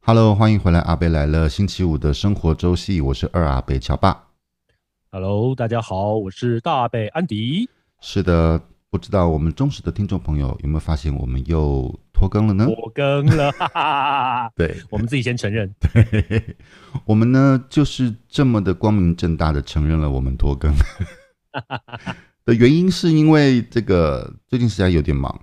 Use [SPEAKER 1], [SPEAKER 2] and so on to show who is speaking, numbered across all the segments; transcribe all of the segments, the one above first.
[SPEAKER 1] Hello，欢迎回来，阿贝来了。星期五的生活周记，我是二阿贝乔爸。
[SPEAKER 2] Hello，大家好，我是大贝安迪。
[SPEAKER 1] 是的，不知道我们忠实的听众朋友有没有发现，我们又拖更了呢？
[SPEAKER 2] 我更了，哈哈哈！
[SPEAKER 1] 对，
[SPEAKER 2] 我们自己先承认，
[SPEAKER 1] 我们呢就是这么的光明正大的承认了我们拖 更。的原因是因为这个最近实在有点忙，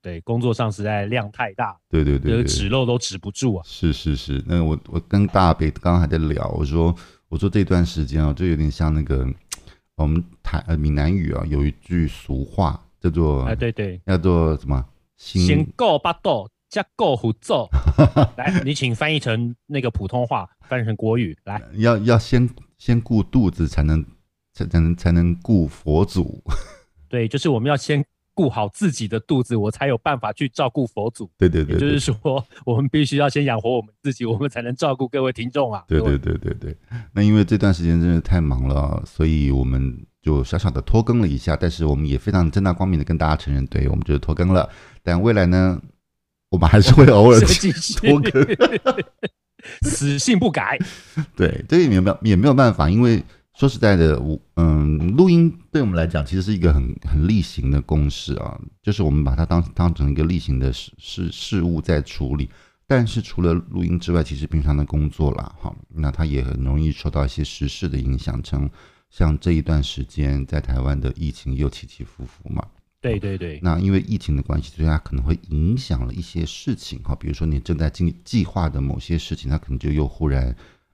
[SPEAKER 2] 对，工作上实在量太大，
[SPEAKER 1] 对对
[SPEAKER 2] 这
[SPEAKER 1] 对
[SPEAKER 2] 个
[SPEAKER 1] 对，
[SPEAKER 2] 指漏都止不住啊。
[SPEAKER 1] 是是是。那我我跟大北刚刚还在聊，我说我说这段时间啊、就有点像那个嗯我们台呃闽南语啊有一句俗话叫做
[SPEAKER 2] 哎，对对，
[SPEAKER 1] 叫做什么？
[SPEAKER 2] 先
[SPEAKER 1] 心
[SPEAKER 2] 够巴豆，加够胡 奏。来，你请翻译成那个普通话，翻译成国语来。
[SPEAKER 1] 要要先先顾肚子才能才才能才能顾佛祖，
[SPEAKER 2] 对，就是我们要先顾好自己的肚子，我才有办法去照顾佛祖。
[SPEAKER 1] 对对
[SPEAKER 2] 也
[SPEAKER 1] 对
[SPEAKER 2] 就
[SPEAKER 1] 对，
[SPEAKER 2] 是说，我们必须要先养活我们自己，我们才能照顾各位听众啊。
[SPEAKER 1] 对
[SPEAKER 2] 各位
[SPEAKER 1] 对对对对。那因为这段时间真的太忙了，所以我们就小小的拖更了一下，但是我们也非常正大光明的跟大家承认，对我们就是拖更了。但未来呢，我们还是会偶尔
[SPEAKER 2] 设计师
[SPEAKER 1] 拖更，
[SPEAKER 2] 死性不改。
[SPEAKER 1] 对，这个也没有也没有办法，因为说实在的，我嗯，录音对我们来讲其实是一个很很例行的公事啊，就是我们把它当当成一个例行的事事事物在处理。但是除了录音之外，其实平常的工作啦，哈，那它也很容易受到一些时事的影响，像像这一段时间在台湾的疫情又起起伏伏嘛，
[SPEAKER 2] 对对对，
[SPEAKER 1] 那因为疫情的关系，所以它可能会影响了一些事情哈，比如说你正在计计划的某些事情，它可能就又忽然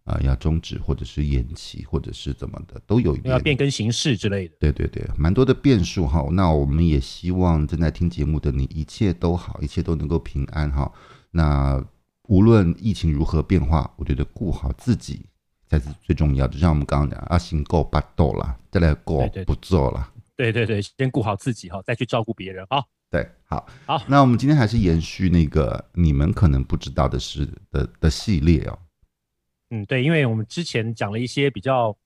[SPEAKER 1] 啊、呃要终止，或者是延期，或者是怎么的，都有一
[SPEAKER 2] 要
[SPEAKER 1] 点。
[SPEAKER 2] 变更形式之类的。
[SPEAKER 1] 对对对，蛮多的变数哈。那我们也希望正在听节目的你，一切都好，一切都能够平安哈。那无论疫情如何变化，我觉得顾好自己才是最重要的。就像我们刚刚讲，啊，行够八斗啦，再来够
[SPEAKER 2] 对对对
[SPEAKER 1] 不做啦。
[SPEAKER 2] 对对对，先顾好自己哈，再去照顾别人啊。
[SPEAKER 1] 对，好，
[SPEAKER 2] 好
[SPEAKER 1] 那我们今天还是延续那个你们可能不知道的事的的系列哦。
[SPEAKER 2] 嗯，对，因为我们之前讲了一些比较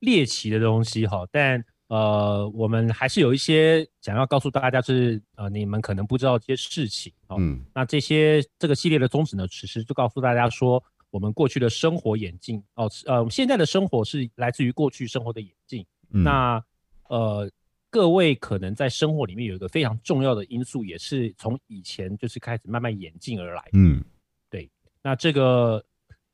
[SPEAKER 2] 猎奇的东西哈，但呃，我们还是有一些想要告诉大家是呃，你们可能不知道这些事情哦。
[SPEAKER 1] 嗯，
[SPEAKER 2] 那这些这个系列的宗旨呢，其实就告诉大家说，我们过去的生活演进哦，是呃，我们现在的生活是来自于过去生活的演进。
[SPEAKER 1] 嗯
[SPEAKER 2] 那呃，各位可能在生活里面有一个非常重要的因素，也是从以前就是开始慢慢演进而来。
[SPEAKER 1] 嗯
[SPEAKER 2] 那这个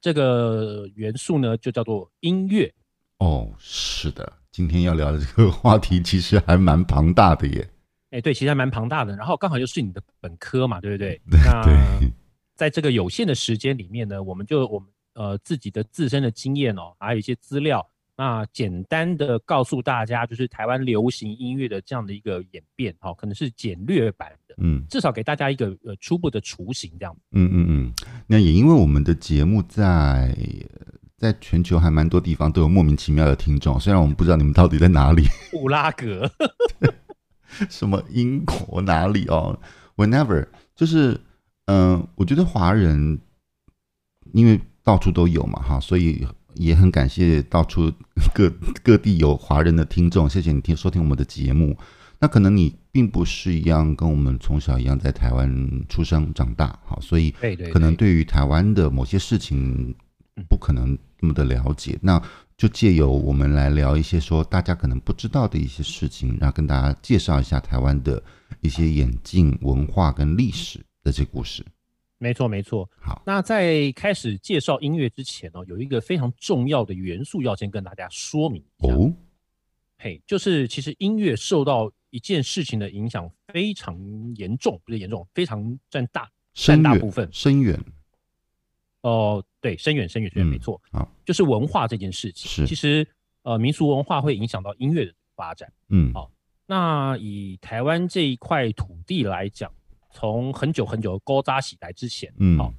[SPEAKER 2] 这个元素呢，就叫做音乐。
[SPEAKER 1] 哦，是的，今天要聊的这个话题其实还蛮庞大的耶。
[SPEAKER 2] 哎，对，其实还蛮庞大的。然后刚好又是你的本科嘛，对不对？那
[SPEAKER 1] 对
[SPEAKER 2] 在这个有限的时间里面呢，我们就我们呃自己的自身的经验哦，还有一些资料，那简单的告诉大家，就是台湾流行音乐的这样的一个演变，哦，可能是简略版的，
[SPEAKER 1] 嗯
[SPEAKER 2] 至少给大家一个呃初步的雏形 这样。
[SPEAKER 1] 嗯嗯嗯，那也因为我们的节目在呃在全球还蛮多地方都有莫名其妙的听众，虽然我们不知道你们到底在哪里，
[SPEAKER 2] 布拉格，
[SPEAKER 1] 什么英国哪里哦，whenever，就是嗯、呃我觉得华人因为到处都有嘛哈，所以也很感谢到处各 各地有华人的听众，谢谢你听收听我们的节目。那可能你并不是一样跟我们从小一样在台湾出生长大，好，所以
[SPEAKER 2] 对对对
[SPEAKER 1] 可能对于台湾的某些事情不可能那么的了
[SPEAKER 2] 嗯
[SPEAKER 1] 解，那就借由我们来聊一些说大家可能不知道的一些事情，然后跟大家介绍一下台湾的一些演进文化跟历史的这故事。
[SPEAKER 2] 没错没错。
[SPEAKER 1] 好，
[SPEAKER 2] 那在开始介绍音乐之前哦，有一个非常重要的元素要先跟大家说明一下。
[SPEAKER 1] 哦，
[SPEAKER 2] 嘿，就是其实音乐受到一件事情的影响非常严重，不是严重，非常占大占
[SPEAKER 1] 深
[SPEAKER 2] 大部
[SPEAKER 1] 远，
[SPEAKER 2] 分。
[SPEAKER 1] 深远，
[SPEAKER 2] 哦、对，深远深远深
[SPEAKER 1] 嗯
[SPEAKER 2] 远，没错，
[SPEAKER 1] 好，
[SPEAKER 2] 就是文化这件事情。
[SPEAKER 1] 是
[SPEAKER 2] 其实呃，民俗文化会影响到音乐的发展。
[SPEAKER 1] 嗯，
[SPEAKER 2] 好那以台湾这一块土地来讲，从很久很久高扎起来之前，
[SPEAKER 1] 嗯
[SPEAKER 2] 好、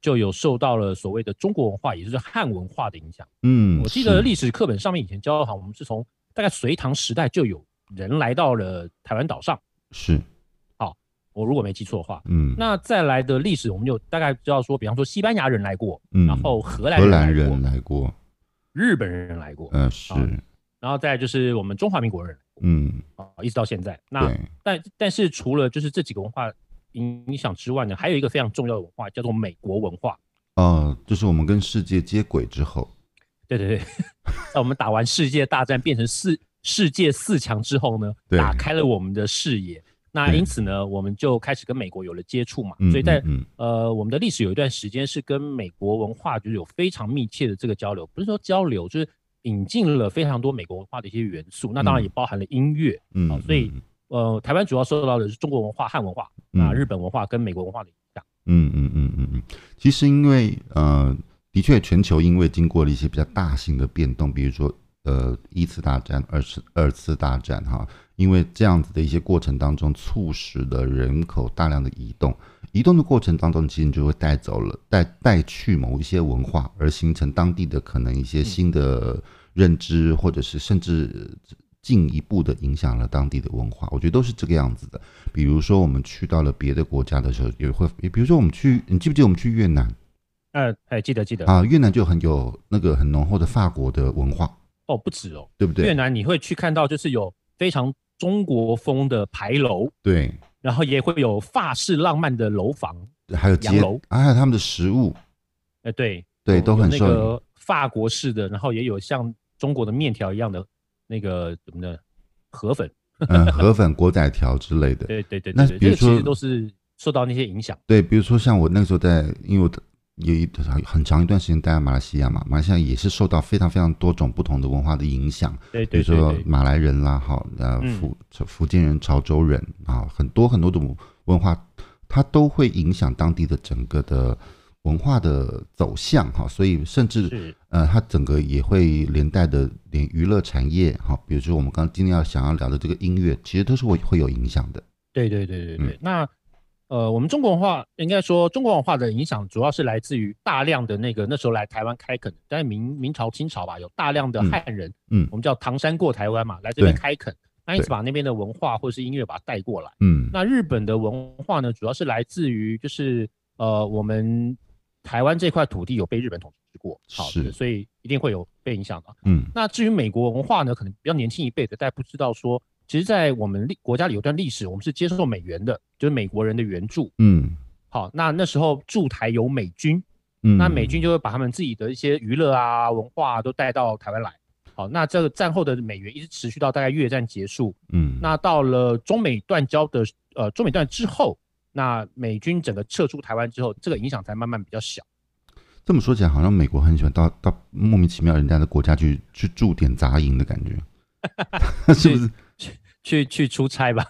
[SPEAKER 2] 就有受到了所谓的中国文化，也就是汉文化的影响。
[SPEAKER 1] 嗯，
[SPEAKER 2] 我记得
[SPEAKER 1] 是
[SPEAKER 2] 历史课本上面以前教的好，我们是从大概隋唐时代就有人来到了台湾岛上，
[SPEAKER 1] 是，
[SPEAKER 2] 我如果没记错的话。
[SPEAKER 1] 嗯，
[SPEAKER 2] 那再来的历史，我们就大概知道说，比方说西班牙人来过，
[SPEAKER 1] 嗯
[SPEAKER 2] 然后荷兰
[SPEAKER 1] 荷
[SPEAKER 2] 人啊
[SPEAKER 1] 兰
[SPEAKER 2] 来
[SPEAKER 1] 人
[SPEAKER 2] 过，
[SPEAKER 1] 来过，
[SPEAKER 2] 日本人来过，
[SPEAKER 1] 呃，是
[SPEAKER 2] 好，然后再来就是我们中华民国人来
[SPEAKER 1] 嗯，
[SPEAKER 2] 过啊，一直到现在。那
[SPEAKER 1] 对，
[SPEAKER 2] 但但是除了就是这几个文化影响之外呢，还有一个非常重要的文化叫做美国文化。
[SPEAKER 1] 呃，就是我们跟世界接轨之后，
[SPEAKER 2] 对对对， 在我们打完世界大战变成世世界四强之后呢，
[SPEAKER 1] 对
[SPEAKER 2] 打开了我们的视野。那
[SPEAKER 1] 对
[SPEAKER 2] 因此呢，我们就开始跟美国有了接触嘛，
[SPEAKER 1] 嗯，
[SPEAKER 2] 所以在
[SPEAKER 1] 嗯
[SPEAKER 2] 呃，我们的历史有一段时间是跟美国文化就是有非常密切的这个交流，不是说交流，就是引进了非常多美国文化的一些元素。那当然也包含了音乐。
[SPEAKER 1] 嗯，嗯
[SPEAKER 2] 好哦所以呃，台湾主要受到的是中国文化、汉文化啊、日本文化跟美国文化的影响。
[SPEAKER 1] 嗯嗯嗯嗯嗯，其实因为呃，的确，全球因为经过了一些比较大型的变动，比如说呃一次大战、二次二次大战哈，因为这样子的一些过程当中，促使了人口大量的移动。移动的过程当中，其实你就会带走了、带带去某一些文化，而形成当地的可能一些新的认知，或者是甚至进一步的影响了当地的文化。我觉得都是这个样子的。比如说我们去到了别的国家的时候，也会，比如说我们去，你记不记得我们去越南
[SPEAKER 2] 呃，哎，记得记得
[SPEAKER 1] 啊？越南就很有那个很浓厚的法国的文化，
[SPEAKER 2] 哦，不止哦，
[SPEAKER 1] 对不
[SPEAKER 2] 越
[SPEAKER 1] 对？
[SPEAKER 2] 南你会去看到就是有非常中国风的牌楼，
[SPEAKER 1] 对，
[SPEAKER 2] 然后也会有法式浪漫的楼房。
[SPEAKER 1] 还有
[SPEAKER 2] 洋
[SPEAKER 1] 街
[SPEAKER 2] 楼，
[SPEAKER 1] 啊还有他们的食物，
[SPEAKER 2] 呃，对
[SPEAKER 1] 对，
[SPEAKER 2] 有
[SPEAKER 1] 都很
[SPEAKER 2] 有那
[SPEAKER 1] 受
[SPEAKER 2] 个法国式的，然后也有像中国的面条一样的那个怎么呢？河粉。
[SPEAKER 1] 嗯 河粉、锅仔条之类的。
[SPEAKER 2] 对对对
[SPEAKER 1] 那
[SPEAKER 2] 对对，
[SPEAKER 1] 比
[SPEAKER 2] 这
[SPEAKER 1] 如说
[SPEAKER 2] 个其实都是受到那些影响。
[SPEAKER 1] 对，比如说像我那个时候在，因为我有一很很长一段时间待在马来西亚嘛，马来西亚也是受到非常非常多种不同的文化的影响，
[SPEAKER 2] 对
[SPEAKER 1] 比
[SPEAKER 2] 对
[SPEAKER 1] 如
[SPEAKER 2] 对
[SPEAKER 1] 说嗯
[SPEAKER 2] 对，
[SPEAKER 1] 马来人啦，哈，呃，
[SPEAKER 2] 嗯
[SPEAKER 1] 福福建人、潮州人啊，很多很多种文化，它都会影响当地的整个的文化的走向哈，所以甚至
[SPEAKER 2] 是
[SPEAKER 1] 呃，它整个也会连带的连娱乐产业哈，比如说我们刚今天要想要聊的这个音乐，其实都是会会有影响的。
[SPEAKER 2] 对对对对对。
[SPEAKER 1] 嗯
[SPEAKER 2] 那呃，我们中国文化应该说中国文化的影响主要是来自于大量的那个那时候来台湾开垦，在明明朝、清朝吧，有大量的
[SPEAKER 1] 嗯
[SPEAKER 2] 汉人，
[SPEAKER 1] 嗯
[SPEAKER 2] 我们叫唐山过台湾嘛，来这边
[SPEAKER 1] 对
[SPEAKER 2] 开垦，那因此
[SPEAKER 1] 对
[SPEAKER 2] 把那边的文化或是音乐把它带过来。
[SPEAKER 1] 嗯
[SPEAKER 2] 那日本的文化呢，主要是来自于就是呃，我们台湾这块土地有被日本统治过，好，
[SPEAKER 1] 是
[SPEAKER 2] 所以一定会有被影响的。
[SPEAKER 1] 嗯
[SPEAKER 2] 那至于美国文化呢，可能比较年轻一辈的，大家不知道说，其实，在我们历国家里有段历史，我们是接受美元的，就是美国人的援助。
[SPEAKER 1] 嗯
[SPEAKER 2] 好，那那时候驻台有美军，
[SPEAKER 1] 嗯，
[SPEAKER 2] 那美军就会把他们自己的一些娱乐啊、文化啊都带到台湾来。好，那这个战后的美元一直持续到大概越战结束，
[SPEAKER 1] 嗯
[SPEAKER 2] 那到了中美断交的呃中美断之后，那美军整个撤出台湾之后，这个影响才慢慢比较小。
[SPEAKER 1] 这么说起来，好像美国很喜欢到到莫名其妙人家的国家去去驻点杂营的感 觉，是不是？
[SPEAKER 2] 去去出差吧，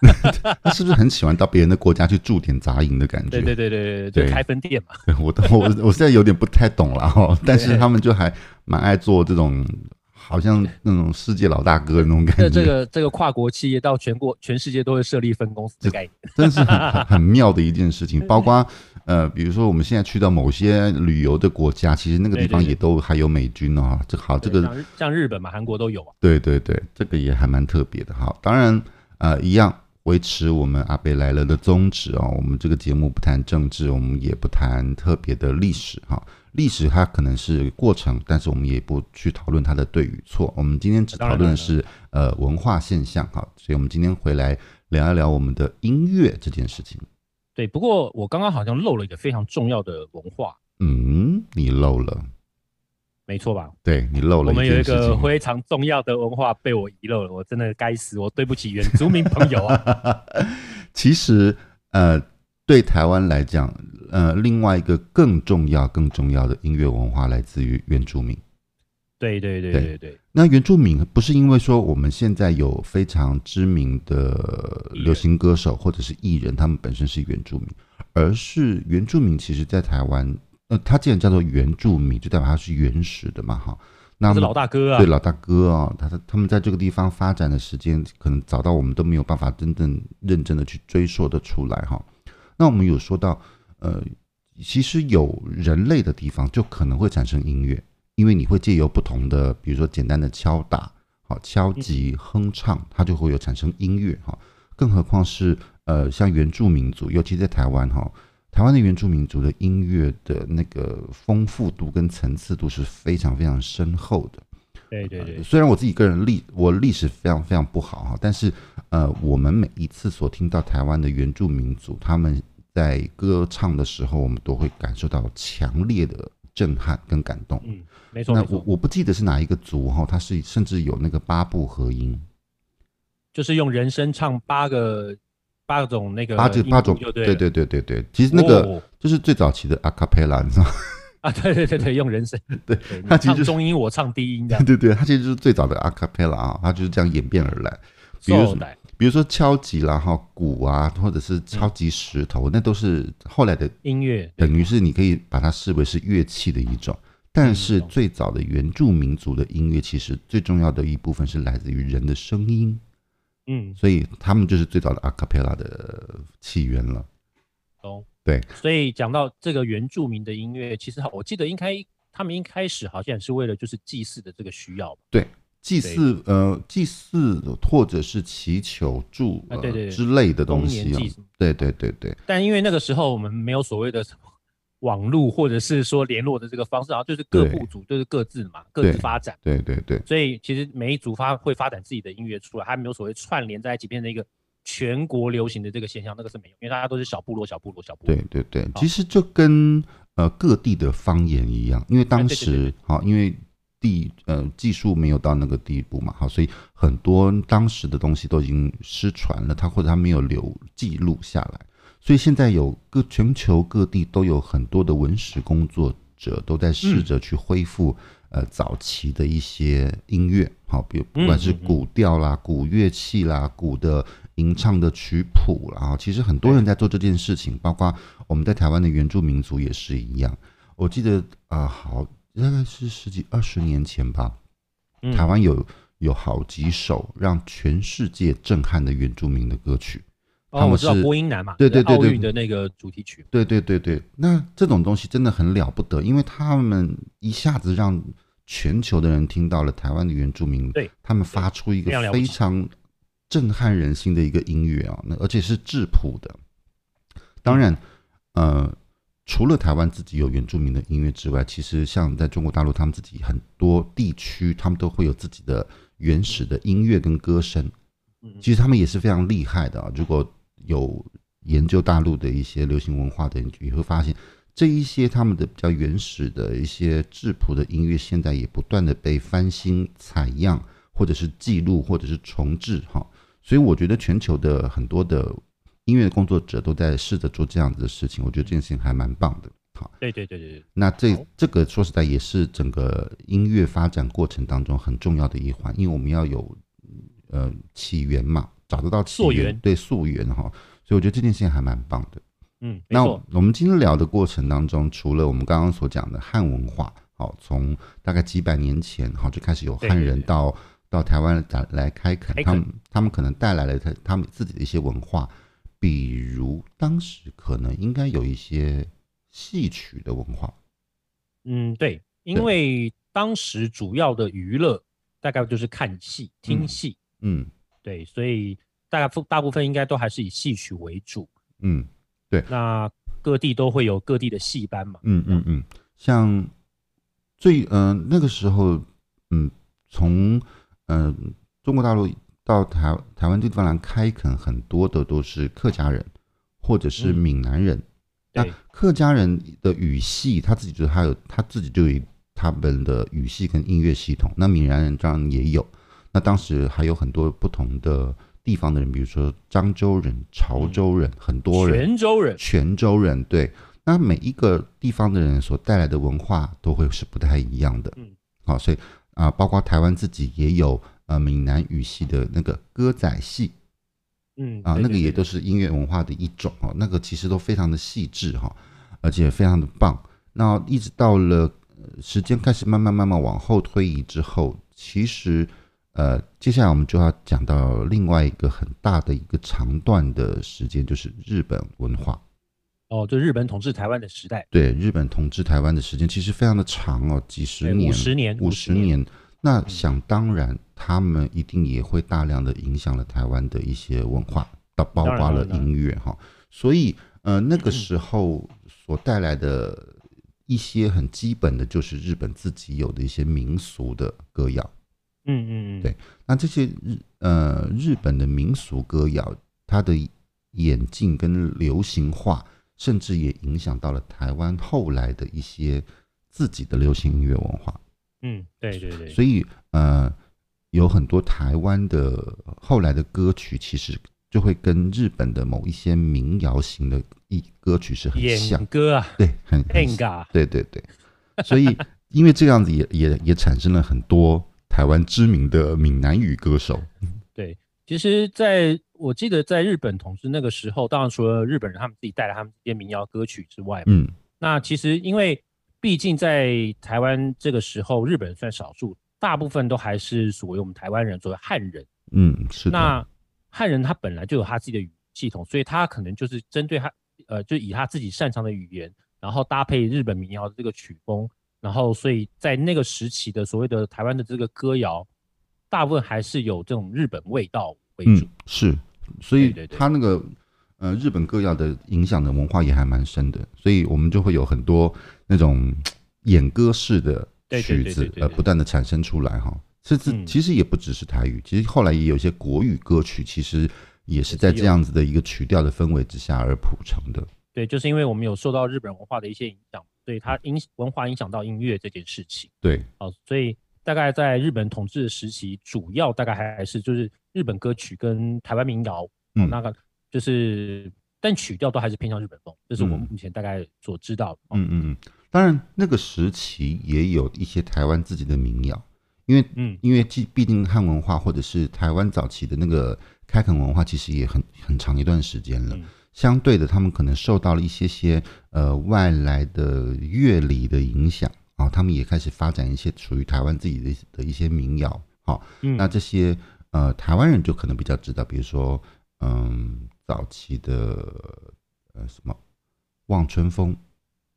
[SPEAKER 1] 他是不是很喜欢到别人的国家去驻点杂营的感觉？
[SPEAKER 2] 对对对对对，
[SPEAKER 1] 对
[SPEAKER 2] 就开分店嘛。
[SPEAKER 1] 对 我都我我现在有点不太懂了哈、但是
[SPEAKER 2] 对
[SPEAKER 1] 他们就还蛮爱做这种，好像那种世界老大哥的那种感
[SPEAKER 2] 这
[SPEAKER 1] 觉，
[SPEAKER 2] 这个这个跨国企业到全国全世界都会设立分公司的概念。
[SPEAKER 1] 真是很很很妙的一件事情。包括呃，比如说我们现在去到某些旅游的国家，其实那个地方
[SPEAKER 2] 对对对
[SPEAKER 1] 也都还有美军哦。这好，这
[SPEAKER 2] 对
[SPEAKER 1] 个
[SPEAKER 2] 像日像日本嘛、韩国都有啊。
[SPEAKER 1] 对对对，这个也还蛮特别的哈。当然，呃，一样维持我们阿贝来了的宗旨哦。我们这个节目不谈政治，我们也不谈特别的历史哈。历史它可能是过程，但是我们也不去讨论它的对与错。我们今天只
[SPEAKER 2] 当
[SPEAKER 1] 讨
[SPEAKER 2] 然
[SPEAKER 1] 论的是呃文化现象哈。所以我们今天回来聊一聊我们的音乐这件事情。
[SPEAKER 2] 对，不过我刚刚好像漏了一个非常重要的文化，
[SPEAKER 1] 嗯，你漏了，
[SPEAKER 2] 没错吧？
[SPEAKER 1] 对你漏了
[SPEAKER 2] 我们有
[SPEAKER 1] 件
[SPEAKER 2] 一
[SPEAKER 1] 事
[SPEAKER 2] 个
[SPEAKER 1] 情。
[SPEAKER 2] 非常重要的文化被我遗漏了，我真的该死，我对不起原住民 朋友啊。
[SPEAKER 1] 其实，呃，对台湾来讲，呃，另外一个更重要、更重要的音乐文化来自于原住民。
[SPEAKER 2] 对对对
[SPEAKER 1] 对
[SPEAKER 2] 对对，
[SPEAKER 1] 那原住民不是因为说我们现在有非常知名的流行歌手或者是艺人，他们本身是原住民，而是原住民其实在台湾，呃，他既然叫做原住民，就代表他是原始的嘛，哈。那
[SPEAKER 2] 我是
[SPEAKER 1] 么
[SPEAKER 2] 老大哥啊
[SPEAKER 1] 对。老大哥哦，他他他们在这个地方发展的时间，可能早到我们都没有办法真正认真的去追溯的出来哈、那我们有说到，呃，其实有人类的地方，就可能会产生音乐，因为你会借由不同的，比如说简单的敲打、好、敲击、哼唱，它就会有产生音乐哈、更何况是呃，像原住民族，尤其在台湾哈、台湾的原住民族的音乐的那个丰富度跟层次度是非常非常深厚的。
[SPEAKER 2] 对对对，
[SPEAKER 1] 虽然我自己个人历我历史非常非常不好哈，但是呃，我们每一次所听到台湾的原住民族他们在歌唱的时候，我们都会感受到强烈的震撼跟感动。
[SPEAKER 2] 嗯，没错
[SPEAKER 1] 那
[SPEAKER 2] 没
[SPEAKER 1] 我
[SPEAKER 2] 错，
[SPEAKER 1] 我不记得是哪一个族哈，它是甚至有那个八部合音，
[SPEAKER 2] 嗯就是用人声唱八个八种那个
[SPEAKER 1] 八这
[SPEAKER 2] 音
[SPEAKER 1] 八
[SPEAKER 2] 符
[SPEAKER 1] 种，
[SPEAKER 2] 就对
[SPEAKER 1] 对
[SPEAKER 2] 了
[SPEAKER 1] 对对对对，其实那个
[SPEAKER 2] 哦
[SPEAKER 1] 就是最早期的 a cappella，你知道吗？
[SPEAKER 2] 啊，对对对对，用人声
[SPEAKER 1] 对
[SPEAKER 2] 你
[SPEAKER 1] 它其实
[SPEAKER 2] 唱
[SPEAKER 1] 就是
[SPEAKER 2] 中音，我唱低音
[SPEAKER 1] 对
[SPEAKER 2] 这样，
[SPEAKER 1] 对对，它其实就是最早的 a cappella 啊，它就是这样演变而来。 比如什么
[SPEAKER 2] 代
[SPEAKER 1] 比如说敲击啦哈，鼓啊，或者是敲击石头，那都是后来的，
[SPEAKER 2] 音乐
[SPEAKER 1] 等于是你可以把它视为是乐器的一种。但是
[SPEAKER 2] 嗯懂
[SPEAKER 1] 最早的原住民族的音乐，其实最重要的一部分是来自于人的声音，
[SPEAKER 2] 嗯
[SPEAKER 1] 所以他们就是最早的 a cappella 的起源了。
[SPEAKER 2] 懂
[SPEAKER 1] 对，
[SPEAKER 2] 所以讲到这个原住民的音乐，其实好我记得应该他们一开始好像也是为了就是祭祀的这个需要吧，
[SPEAKER 1] 祭祀呃，祭祀或者是祈求祝
[SPEAKER 2] 啊
[SPEAKER 1] 呃
[SPEAKER 2] 对对对
[SPEAKER 1] 之类的
[SPEAKER 2] 丰
[SPEAKER 1] 东
[SPEAKER 2] 年
[SPEAKER 1] 西啊
[SPEAKER 2] 祭，什么，
[SPEAKER 1] 对对对对，
[SPEAKER 2] 但因为那个时候我们没有所谓的什么网络或者是说联络的这个方式，然后就是各
[SPEAKER 1] 对
[SPEAKER 2] 部族就是各自嘛，各
[SPEAKER 1] 对
[SPEAKER 2] 自发展。
[SPEAKER 1] 对对对，
[SPEAKER 2] 所以其实每一组发会发展自己的音乐出来，它没有所谓串联在一起变成一个全国流行的这个现象，那个是没有，因为大家都是小部落、小部落、小部落。
[SPEAKER 1] 对，对对，
[SPEAKER 2] 好
[SPEAKER 1] 其实就跟呃各地的方言一样，因为当
[SPEAKER 2] 哎对对对
[SPEAKER 1] 时好、因为地呃技术没有到那个地步嘛，好，所以很多当时的东西都已经失传了，它或者它没有留记录下来，所以现在有各全球各地都有很多的文史工作者都在试
[SPEAKER 2] 嗯
[SPEAKER 1] 着去恢复、呃早期的一些音乐，好，比如不管是
[SPEAKER 2] 嗯嗯嗯
[SPEAKER 1] 古调啦、古乐器啦、古的吟唱的曲谱啦，哈其实很多人在做这件事情，包括我们在台湾的原住民族也是一样。我记得啊、好大概是十几二十年前吧，
[SPEAKER 2] 嗯
[SPEAKER 1] 台湾有有好几首让全世界震撼的原住民的歌曲。
[SPEAKER 2] 哦，
[SPEAKER 1] 他们
[SPEAKER 2] 我知道
[SPEAKER 1] 是
[SPEAKER 2] 播音男嘛，
[SPEAKER 1] 对对对
[SPEAKER 2] 奥
[SPEAKER 1] 对
[SPEAKER 2] 运的那个主题曲，
[SPEAKER 1] 对对对对，那这种东西真的很了不得，因为他们一下子让全球的人听到了台湾的原住民，
[SPEAKER 2] 对，
[SPEAKER 1] 他们发出一
[SPEAKER 2] 非常
[SPEAKER 1] 个
[SPEAKER 2] 了不
[SPEAKER 1] 非
[SPEAKER 2] 起
[SPEAKER 1] 常震撼人心的一个音乐啊，那而且是质朴的。当然，呃，除了台湾自己有原住民的音乐之外，其实像在中国大陆，他们自己很多地区，他们都会有自己的原始的音乐跟歌声。
[SPEAKER 2] 嗯嗯
[SPEAKER 1] 其实他们也是非常厉害的啊。如果有研究大陆的一些流行文化的人，也会发现这一些他们的比较原始的一些质朴的音乐，现在也不断的被翻新、采样，或者是记录，或者是重置哈。所以我觉得全球的很多的音乐工作者都在试着做这样子的事情，我觉得这件事情还蛮棒的。好，
[SPEAKER 2] 对对对对对，
[SPEAKER 1] 那这
[SPEAKER 2] 好
[SPEAKER 1] 这个说实在也是整个音乐发展过程当中很重要的一环，因为我们要有呃起源嘛，找得到起
[SPEAKER 2] 溯源
[SPEAKER 1] 对溯源哈，所以我觉得这件事情还蛮棒的。
[SPEAKER 2] 嗯，没
[SPEAKER 1] 那
[SPEAKER 2] 错
[SPEAKER 1] 我，我们今天聊的过程当中，除了我们刚刚所讲的汉文化，好，从大概几百年前好就开始有
[SPEAKER 2] 对
[SPEAKER 1] 汉
[SPEAKER 2] 对
[SPEAKER 1] 人
[SPEAKER 2] 对
[SPEAKER 1] 到到台湾来来开垦，
[SPEAKER 2] 开
[SPEAKER 1] 他
[SPEAKER 2] 垦
[SPEAKER 1] 们他们可能带来了他他们自己的一些文化，比如当时可能应该有一些戏曲的文化。
[SPEAKER 2] 嗯，对，因
[SPEAKER 1] 对
[SPEAKER 2] 为当时主要的娱乐大概就是看戏、听
[SPEAKER 1] 嗯
[SPEAKER 2] 戏，
[SPEAKER 1] 嗯
[SPEAKER 2] 对，所以大概大部分应该都还是以戏曲为主。
[SPEAKER 1] 嗯
[SPEAKER 2] 那各地都会有各地的戏班嘛，
[SPEAKER 1] 嗯嗯嗯，像最嗯、呃那个时候，嗯，从嗯、呃中国大陆到台台湾这地方来开垦，很多的都是客家人或者是
[SPEAKER 2] 嗯
[SPEAKER 1] 闽南人。那
[SPEAKER 2] 对
[SPEAKER 1] 客家人的语系，他自己就他有他自己就有他们的语系跟音乐系统。那闽南人当然也有，那当时还有很多不同的地方的人，比如说漳州人、潮
[SPEAKER 2] 嗯
[SPEAKER 1] 州人，很多人。
[SPEAKER 2] 泉州人，
[SPEAKER 1] 泉州人，对，那每一个地方的人所带来的文化都会是不太一样的，
[SPEAKER 2] 嗯，
[SPEAKER 1] 好、所以啊、包括台湾自己也有呃闽南语系的那个歌仔戏
[SPEAKER 2] 嗯
[SPEAKER 1] 啊、
[SPEAKER 2] 对
[SPEAKER 1] 那
[SPEAKER 2] 对
[SPEAKER 1] 个也
[SPEAKER 2] 对
[SPEAKER 1] 都是音乐文化的一种哦，那个其实都非常的细致哈、而且非常的棒。那一直到了呃时间开始慢慢慢慢往后推移之后，其实呃，接下来我们就要讲到另外一个很大的一个长段的时间，就是日本文化。
[SPEAKER 2] 哦，就日本统治台湾的时代，
[SPEAKER 1] 对日本统治台湾的时间其实非常的长哦，几十
[SPEAKER 2] 对
[SPEAKER 1] 年，
[SPEAKER 2] 50年
[SPEAKER 1] 五
[SPEAKER 2] 50
[SPEAKER 1] 十
[SPEAKER 2] 年嗯
[SPEAKER 1] 年。那想当然，他们一定也会大量的影响了台湾的一些文化，到包
[SPEAKER 2] 当然
[SPEAKER 1] 括了
[SPEAKER 2] 当然
[SPEAKER 1] 音乐哈。所以，呃，那个时候所带来的一些很基本的，就是日本自己有的一些民俗的歌谣。
[SPEAKER 2] 嗯嗯嗯，
[SPEAKER 1] 对那这些日呃日本的民俗歌谣，它的演进跟流行化，甚至也影响到了台湾后来的一些自己的流行音乐文化。
[SPEAKER 2] 嗯，对对对，
[SPEAKER 1] 所以呃，有很多台湾的后来的歌曲，其实就会跟日本的某一些民谣型的一歌曲是很像
[SPEAKER 2] 演，歌啊
[SPEAKER 1] 对，很很像
[SPEAKER 2] ，enga，
[SPEAKER 1] 对对对， 所以因为这样子也也也产生了很多台湾知名的闽南语歌手，
[SPEAKER 2] 对，其实在我记得在日本统治那个时候，当然除了日本人他们自己带来他们这些民谣歌曲之外嘛，
[SPEAKER 1] 嗯，
[SPEAKER 2] 那其实因为毕竟在台湾这个时候，日本人算少数，大部分都还是属于我们台湾人，所谓汉人。
[SPEAKER 1] 嗯，是的，
[SPEAKER 2] 那汉人他本来就有他自己的语系统，所以他可能就是针对他呃，就以他自己擅长的语言，然后搭配日本民谣的这个曲风，然后所以在那个时期的所谓的台湾的这个歌谣，大部分还是有这种日本味道为主。
[SPEAKER 1] 嗯，是，所以
[SPEAKER 2] 对对对
[SPEAKER 1] 他那个呃日本歌谣的影响的文化也还蛮深的，所以我们就会有很多那种演歌式的
[SPEAKER 2] 对对
[SPEAKER 1] 曲
[SPEAKER 2] 对对
[SPEAKER 1] 子
[SPEAKER 2] 对对
[SPEAKER 1] 呃不断的产生出来哈。甚至
[SPEAKER 2] 嗯
[SPEAKER 1] 其实也不只是台语，其实后来也有一些国语歌曲，其实也是
[SPEAKER 2] 是
[SPEAKER 1] 在这
[SPEAKER 2] 有
[SPEAKER 1] 样子的一个曲调的氛围之下而谱成的。
[SPEAKER 2] 对，就是因为我们有受到日本文化的一些影响，所以它影文化影响到音乐这件事情。
[SPEAKER 1] 对，
[SPEAKER 2] 哦，所以大概在日本统治的时期，主要大概还是就是日本歌曲跟台湾民谣，哦
[SPEAKER 1] 嗯
[SPEAKER 2] 那个就是，但曲调都还是偏向日本风，这是我们
[SPEAKER 1] 嗯
[SPEAKER 2] 目前大概所知道的。
[SPEAKER 1] 嗯嗯嗯，当然那个时期也有一些台湾自己的民谣，因为
[SPEAKER 2] 嗯
[SPEAKER 1] 因为既毕竟汉文化或者是台湾早期的那个开垦文化，其实也很很长一段时间了。
[SPEAKER 2] 嗯
[SPEAKER 1] 相对的，他们可能受到了一些些呃外来的乐理的影响啊，他们也开始发展一些属于台湾自己的的一些民谣。好、
[SPEAKER 2] 嗯，
[SPEAKER 1] 那这些呃台湾人就可能比较知道，比如说嗯早期的呃什么望春风。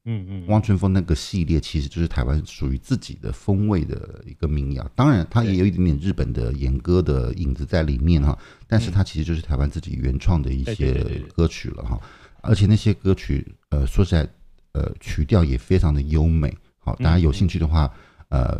[SPEAKER 2] 嗯嗯，
[SPEAKER 1] 汪春风那个系列其实就是台湾属于自己的风味的一个民谣，当然它也
[SPEAKER 2] 对
[SPEAKER 1] 有一点点日本的演歌的影子在里面哈，但是
[SPEAKER 2] 嗯
[SPEAKER 1] 它其实就是台湾自己原创的一
[SPEAKER 2] 对
[SPEAKER 1] 些
[SPEAKER 2] 对对对对
[SPEAKER 1] 歌曲了哈，而且那些歌曲呃说实在呃曲调也非常的优美，好，
[SPEAKER 2] 嗯
[SPEAKER 1] 大家有兴趣的话呃。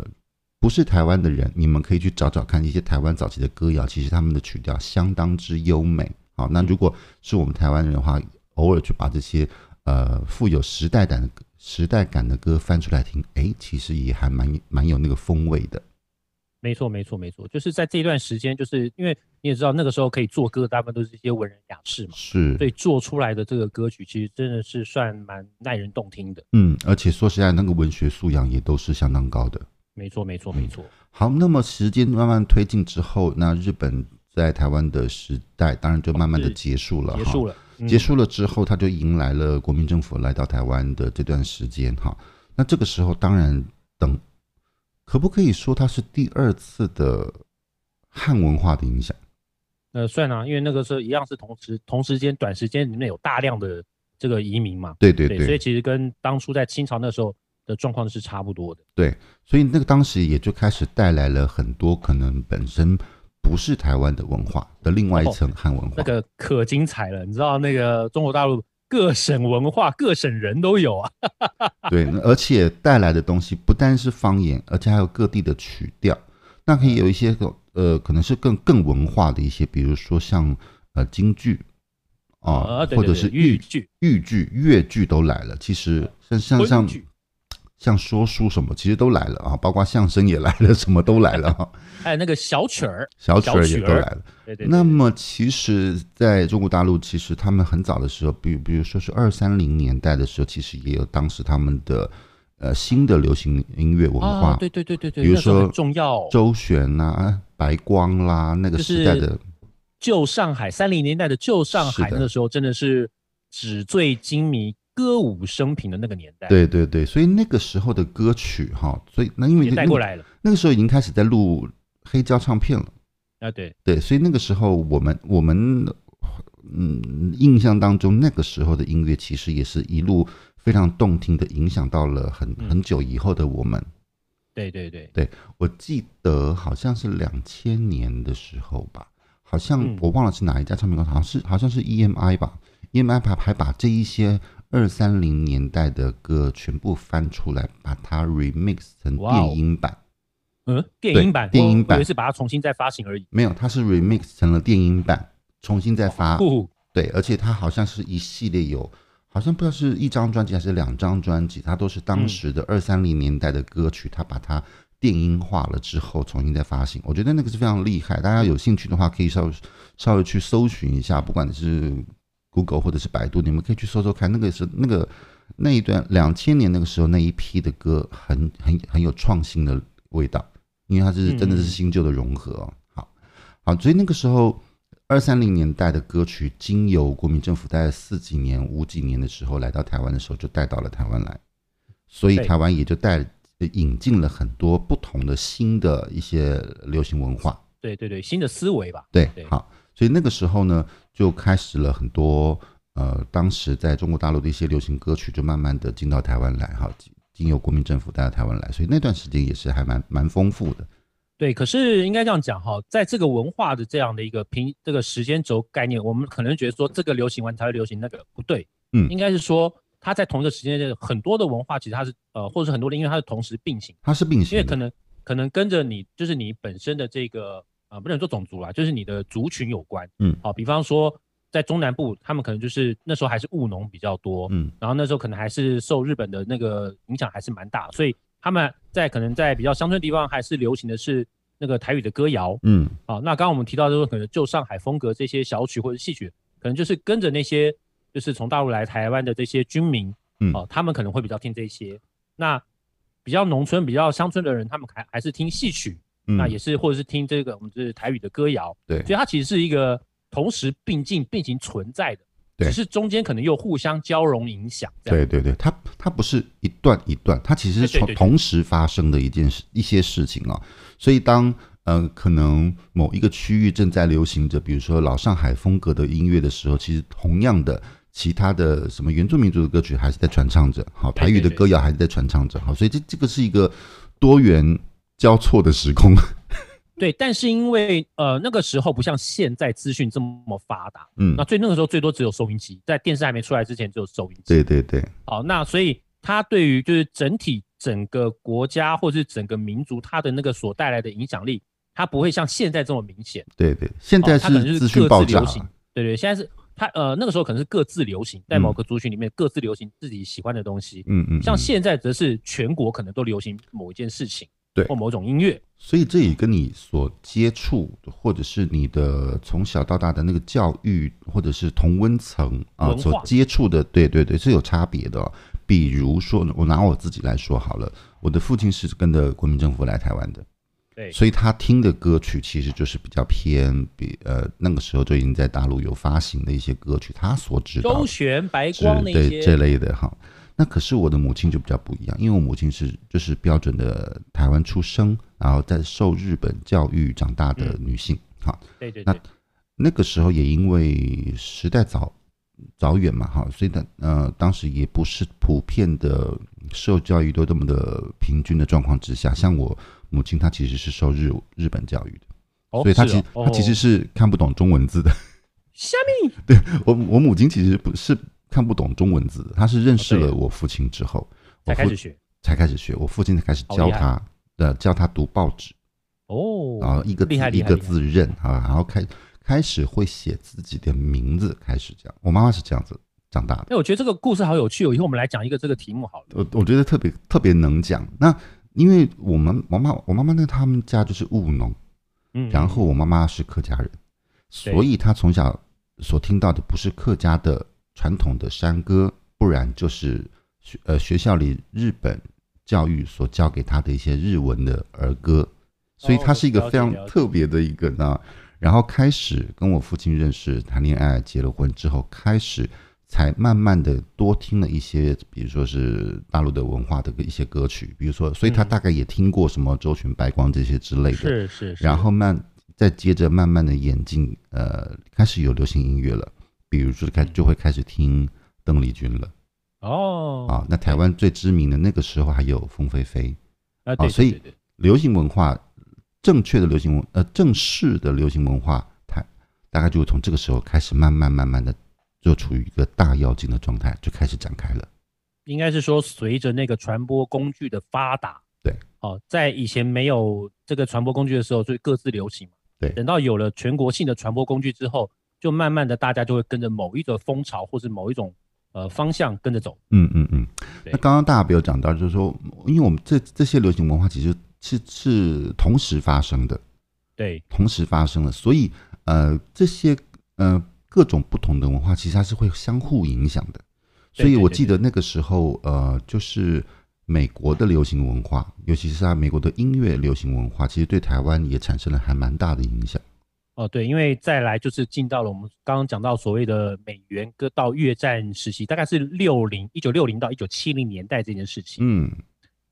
[SPEAKER 1] 不是台湾的人，你们可以去找找看一些台湾早期的歌谣，其实他们的曲调相当之优美。好，
[SPEAKER 2] 嗯
[SPEAKER 1] 那如果是我们台湾人的话，偶尔去把这些呃富有时代感的歌时代感的歌翻出来听，哎，其实也还蛮蛮有那个风味的。
[SPEAKER 2] 没错没错没错，就是在这一段时间，就是因为你也知道那个时候可以做歌，大部分都是一些文人雅士嘛，
[SPEAKER 1] 是，
[SPEAKER 2] 所以做出来的这个歌曲其实真的是算蛮耐人动听的。
[SPEAKER 1] 嗯，而且说实在，那个文学素养也都是相当高的。
[SPEAKER 2] 没错没错没错，
[SPEAKER 1] 好，那么时间慢慢推进之后，那日本在台湾的时代当然就慢慢的
[SPEAKER 2] 是
[SPEAKER 1] 结束了，
[SPEAKER 2] 结
[SPEAKER 1] 哈
[SPEAKER 2] 束了，嗯
[SPEAKER 1] 结束了之后，他就迎来了国民政府来到台湾的这段时间哈。那这个时候，当然等，可不可以说它是第二次的汉文化的影响？
[SPEAKER 2] 呃，算啊，因为那个时候一样是同时同时间短时间里面有大量的这个移民嘛，
[SPEAKER 1] 对对对，
[SPEAKER 2] 所以其实跟当初在清朝那时候的状况是差不多的。
[SPEAKER 1] 所以那个当时也就开始带来了很多可能本身不是台湾的文化的另外一
[SPEAKER 2] 哦
[SPEAKER 1] 层汉文化。
[SPEAKER 2] 那个可精彩了，你知道那个中国大陆各省文化、各省人都有啊。
[SPEAKER 1] 对，那而且带来的东西不单是方言，而且还有各地的曲调。那可以有一些个呃，可能是更更文化的一些，比如说像呃京剧啊，
[SPEAKER 2] 啊对对
[SPEAKER 1] 或者
[SPEAKER 2] 对
[SPEAKER 1] 是
[SPEAKER 2] 豫剧、嗯
[SPEAKER 1] 豫剧、越剧都来了。其实像像
[SPEAKER 2] 昆
[SPEAKER 1] 像
[SPEAKER 2] 剧
[SPEAKER 1] 像说书什么，其实都来了啊，包括相声也来了，什么都来了啊，
[SPEAKER 2] 还有那个小曲儿，
[SPEAKER 1] 小曲儿
[SPEAKER 2] 小
[SPEAKER 1] 也
[SPEAKER 2] 曲
[SPEAKER 1] 都
[SPEAKER 2] 儿
[SPEAKER 1] 来了。
[SPEAKER 2] 对对对
[SPEAKER 1] 那么，其实在中国大陆，其实他们很早的时候，比如比如说是二三零年代的时候，其实也有当时他们的呃新的流行音乐文化，
[SPEAKER 2] 啊，对对对对对，
[SPEAKER 1] 比如
[SPEAKER 2] 那时候
[SPEAKER 1] 说
[SPEAKER 2] 很重要哦，
[SPEAKER 1] 周璇啦、白光啦，那个
[SPEAKER 2] 就
[SPEAKER 1] 时代的
[SPEAKER 2] 是旧上海三零年代的旧上
[SPEAKER 1] 是
[SPEAKER 2] 海，
[SPEAKER 1] 的
[SPEAKER 2] 那时候真的是纸醉金迷、歌舞升平的那个年代，，
[SPEAKER 1] 对对对，所以那个时候的歌曲哈，所以那因为
[SPEAKER 2] 也带过来了
[SPEAKER 1] 那个时候已经开始在录黑胶唱片了。
[SPEAKER 2] 啊，对，
[SPEAKER 1] 对，所以那个时候我们我们嗯印象当中，那个时候的音乐其实也是一路非常动听的，影响到了很
[SPEAKER 2] 嗯
[SPEAKER 1] 很久以后的我们。
[SPEAKER 2] 对对对。
[SPEAKER 1] 我记得好像是两千年的时候吧，好像
[SPEAKER 2] 嗯
[SPEAKER 1] 我忘了是哪一家唱片公司，好像是好像是 EMI 吧，EMI 还还把这一些二三零年代的歌全部翻出来，把它 remix 成
[SPEAKER 2] 哇哦
[SPEAKER 1] 电音版。
[SPEAKER 2] 嗯，电
[SPEAKER 1] 对
[SPEAKER 2] 影版，
[SPEAKER 1] 电
[SPEAKER 2] 我
[SPEAKER 1] 影
[SPEAKER 2] 我
[SPEAKER 1] 版
[SPEAKER 2] 以为是把它重新再发行而已。
[SPEAKER 1] 没有，它是 remix 成了电音版，重新再发。
[SPEAKER 2] 不，
[SPEAKER 1] 对，而且它好像是一系列有好像不知道是一张专辑还是两张专辑，它都是当
[SPEAKER 2] 嗯
[SPEAKER 1] 时的二三零年代的歌曲，它把它电音化了之后重新再发行。我觉得那个是非常厉害，大家有兴趣的话可以稍微稍微去搜寻一下，不管你是 Google 或者是百度，你们可以去搜搜看，那个是那个那一段两千年那个时候那一批的歌很很很有创新的味道，因为它是
[SPEAKER 2] 嗯
[SPEAKER 1] 真的是
[SPEAKER 2] 嗯
[SPEAKER 1] 新旧的融合哦、好，好，所以那个时候二三零年代的歌曲，经由国民政府在四几年、五几年的时候来到台湾的时候，就带到了台湾来，所以
[SPEAKER 2] 对
[SPEAKER 1] 台湾也就带呃引进了很多不同的新的一些流行文化。
[SPEAKER 2] 对对对，新的思维吧。
[SPEAKER 1] 对，
[SPEAKER 2] 对
[SPEAKER 1] 好，所以那个时候呢，就开始了很多呃，当时在中国大陆的一些流行歌曲，就慢慢的进到台湾来，哈，经经由国民政府带到台湾来，所以那段时间也是还蛮蛮丰富的。
[SPEAKER 2] 对，可是应该这样讲哈，在这个文化的这样的一个平这个时间轴概念，我们可能觉得说这个流行完才会流行那个不对，
[SPEAKER 1] 嗯
[SPEAKER 2] 应该是说它在同一个时间内很多的文化其实它是呃，或者是很多的音乐它是同时并行，
[SPEAKER 1] 它是并
[SPEAKER 2] 因
[SPEAKER 1] 行
[SPEAKER 2] 为
[SPEAKER 1] 的，
[SPEAKER 2] 可能可能跟着你就是你本身的这个呃不能说种族啦，就是你的族群有关，
[SPEAKER 1] 嗯
[SPEAKER 2] 好、比方说在中南部，他们可能就是那时候还是务农比较多，
[SPEAKER 1] 嗯
[SPEAKER 2] 然后那时候可能还是受日本的那个影响还是蛮大，所以他们在可能在比较乡村地方还是流行的是那个台语的歌谣
[SPEAKER 1] 嗯，
[SPEAKER 2] 啊。那刚刚我们提到就是可能旧上海风格这些小曲或者戏曲，可能就是跟着那些就是从大陆来台湾的这些军民，
[SPEAKER 1] 嗯
[SPEAKER 2] 啊，他们可能会比较听这些。那比较农村、比较乡村的人，他们还还是听戏曲，
[SPEAKER 1] 嗯
[SPEAKER 2] 那也是或者是听这个我们就是台语的歌谣，
[SPEAKER 1] 对
[SPEAKER 2] 所以它其实是一个同时并进、并行存在的，
[SPEAKER 1] 对
[SPEAKER 2] 只是中间可能又互相交融影响，这
[SPEAKER 1] 对
[SPEAKER 2] 样
[SPEAKER 1] 对对，它它不是一段一段，它其实
[SPEAKER 2] 对
[SPEAKER 1] 是
[SPEAKER 2] 对
[SPEAKER 1] 同
[SPEAKER 2] 对对
[SPEAKER 1] 同时发生的一件事一些事情啊、所以当呃可能某一个区域正在流行着，比如说老上海风格的音乐的时候，其实同样的。其他的什么原住民族的歌曲还是在传唱着，好，
[SPEAKER 2] 对对
[SPEAKER 1] 台语的
[SPEAKER 2] 对
[SPEAKER 1] 歌谣还是在传唱着，好，所以这这个是一个多元交错的时空，
[SPEAKER 2] 对，但是因为呃那个时候不像现在资讯这么发达，
[SPEAKER 1] 嗯
[SPEAKER 2] 那，最那个时候最多只有收音机，在电视还没出来之前只有收音机。
[SPEAKER 1] 对对对，
[SPEAKER 2] 好，那所以它对于就是整体整个国家或是整个民族它的那个所带来的影响力，它不会像现在这么明显。
[SPEAKER 1] 对对，现在
[SPEAKER 2] 哦它可能
[SPEAKER 1] 是
[SPEAKER 2] 是
[SPEAKER 1] 资讯
[SPEAKER 2] 各
[SPEAKER 1] 爆
[SPEAKER 2] 自
[SPEAKER 1] 炸
[SPEAKER 2] 流
[SPEAKER 1] 了，
[SPEAKER 2] 行对对，现在是它呃那个时候可能是各自流行，在
[SPEAKER 1] 嗯
[SPEAKER 2] 某个族群里面各自流行自己喜欢的东西。
[SPEAKER 1] 嗯嗯，
[SPEAKER 2] 像
[SPEAKER 1] 嗯
[SPEAKER 2] 现在则是全国可能都流行某一件事情，
[SPEAKER 1] 对
[SPEAKER 2] 或某种音乐，
[SPEAKER 1] 所以这也跟你所接触，或者是你的从小到大的那个教育，或者是同温层啊
[SPEAKER 2] 文化
[SPEAKER 1] 所接触的，对对对，是有差别的哦、比如说，我拿我自己来说好了，我的父亲是跟着国民政府来台湾的，
[SPEAKER 2] 对，
[SPEAKER 1] 所以他听的歌曲其实就是比较偏，比呃那个时候就已经在大陆有发行的一些歌曲，他所知道
[SPEAKER 2] 周
[SPEAKER 1] 的
[SPEAKER 2] 旋、白
[SPEAKER 1] 是
[SPEAKER 2] 光那
[SPEAKER 1] 对这
[SPEAKER 2] 些，
[SPEAKER 1] 类的哈。那可是我的母亲就比较不一样，因为我母亲是就是标准的台湾出生，然后在受日本教育长大
[SPEAKER 2] 嗯
[SPEAKER 1] 的女性。好，
[SPEAKER 2] 对对
[SPEAKER 1] 那
[SPEAKER 2] 对，
[SPEAKER 1] 那个时候也因为时代早早远嘛，哈，所以呢，呃，当时也不是普遍的受教育都这么的平均的状况之下，像我母亲她其实是受日日本教育的，
[SPEAKER 2] 哦
[SPEAKER 1] 所以她
[SPEAKER 2] 是
[SPEAKER 1] 其实、
[SPEAKER 2] 哦
[SPEAKER 1] 她其实哦是看不懂中文字的。
[SPEAKER 2] 虾米
[SPEAKER 1] 我我母亲其实不是看不懂中文字的，她是认识
[SPEAKER 2] 哦对
[SPEAKER 1] 了我父亲之后，我
[SPEAKER 2] 才开
[SPEAKER 1] 父
[SPEAKER 2] 始学
[SPEAKER 1] 才开始学，我父亲才开始
[SPEAKER 2] 好
[SPEAKER 1] 教
[SPEAKER 2] 厉害
[SPEAKER 1] 她，呃，教她读报纸，
[SPEAKER 2] 哦，
[SPEAKER 1] 然后一个字
[SPEAKER 2] 厉害
[SPEAKER 1] 一
[SPEAKER 2] 厉害
[SPEAKER 1] 个
[SPEAKER 2] 厉害
[SPEAKER 1] 字认啊，然后开开始会写自己的名字，开始这样。我妈妈是这样子长大的，
[SPEAKER 2] 哎，我觉得这个故事好有趣哦，以后我们来讲一个这个题目好了。
[SPEAKER 1] 我我觉得特别特别能讲。那因为我们我妈我妈妈那他们家就是务农，
[SPEAKER 2] 嗯，
[SPEAKER 1] 然后我妈妈是客家人，
[SPEAKER 2] 对
[SPEAKER 1] 所以她从小所听到的不是客家的传统的山歌，不然就是学呃学校里日本教育所教给她的一些日文的儿歌，所以她是一个非常
[SPEAKER 2] 哦了解了解
[SPEAKER 1] 特别的一个呢。然后开始跟我父亲认识、谈恋爱、结了婚之后，开始才慢慢的多听了一些，比如说是大陆的文化的一些歌曲，比如说，所以他
[SPEAKER 2] 嗯
[SPEAKER 1] 大概也听过什么周旋、白光这些之类的。
[SPEAKER 2] 是是是，
[SPEAKER 1] 然后慢再接着慢慢的演进，呃，开始有流行音乐了，比如说开就会开始听邓丽君了
[SPEAKER 2] 哦
[SPEAKER 1] 啊。那台湾最知名的那个时候还有凤飞飞，
[SPEAKER 2] 啊对，
[SPEAKER 1] 所以
[SPEAKER 2] 对对对
[SPEAKER 1] 流行文化正确的流行文呃正式的流行文化，台大概就从这个时候开始慢慢慢慢的就处于一个大跃进的状态，就开始展开了。
[SPEAKER 2] 应该是说随着那个传播工具的发达，
[SPEAKER 1] 对，
[SPEAKER 2] 哦，在以前没有这个传播工具的时候，就各自流行嘛，
[SPEAKER 1] 对
[SPEAKER 2] 等到有了全国性的传播工具之后，就慢慢的大家就会跟着某一个风潮或是某一种呃方向跟着走。
[SPEAKER 1] 嗯嗯嗯。那
[SPEAKER 2] 对
[SPEAKER 1] 刚刚大家没有讲到，就是说，因为我们这这些流行文化其实是是同时发生的，
[SPEAKER 2] 对，
[SPEAKER 1] 同时发生的，所以呃，这些呃各种不同的文化其实它是会相互影响的。
[SPEAKER 2] 对
[SPEAKER 1] 所以
[SPEAKER 2] 对
[SPEAKER 1] 我
[SPEAKER 2] 对
[SPEAKER 1] 记得那个时候，呃，就是美国的流行文化，尤其是在美国的音乐流行文化，其实对台湾也产生了还蛮大的影响。
[SPEAKER 2] 哦对，因为再来就是进到了我们刚刚讲到所谓的美元跟到越战时期，大概是六零一九六零到一九七零年代这件事情。
[SPEAKER 1] 嗯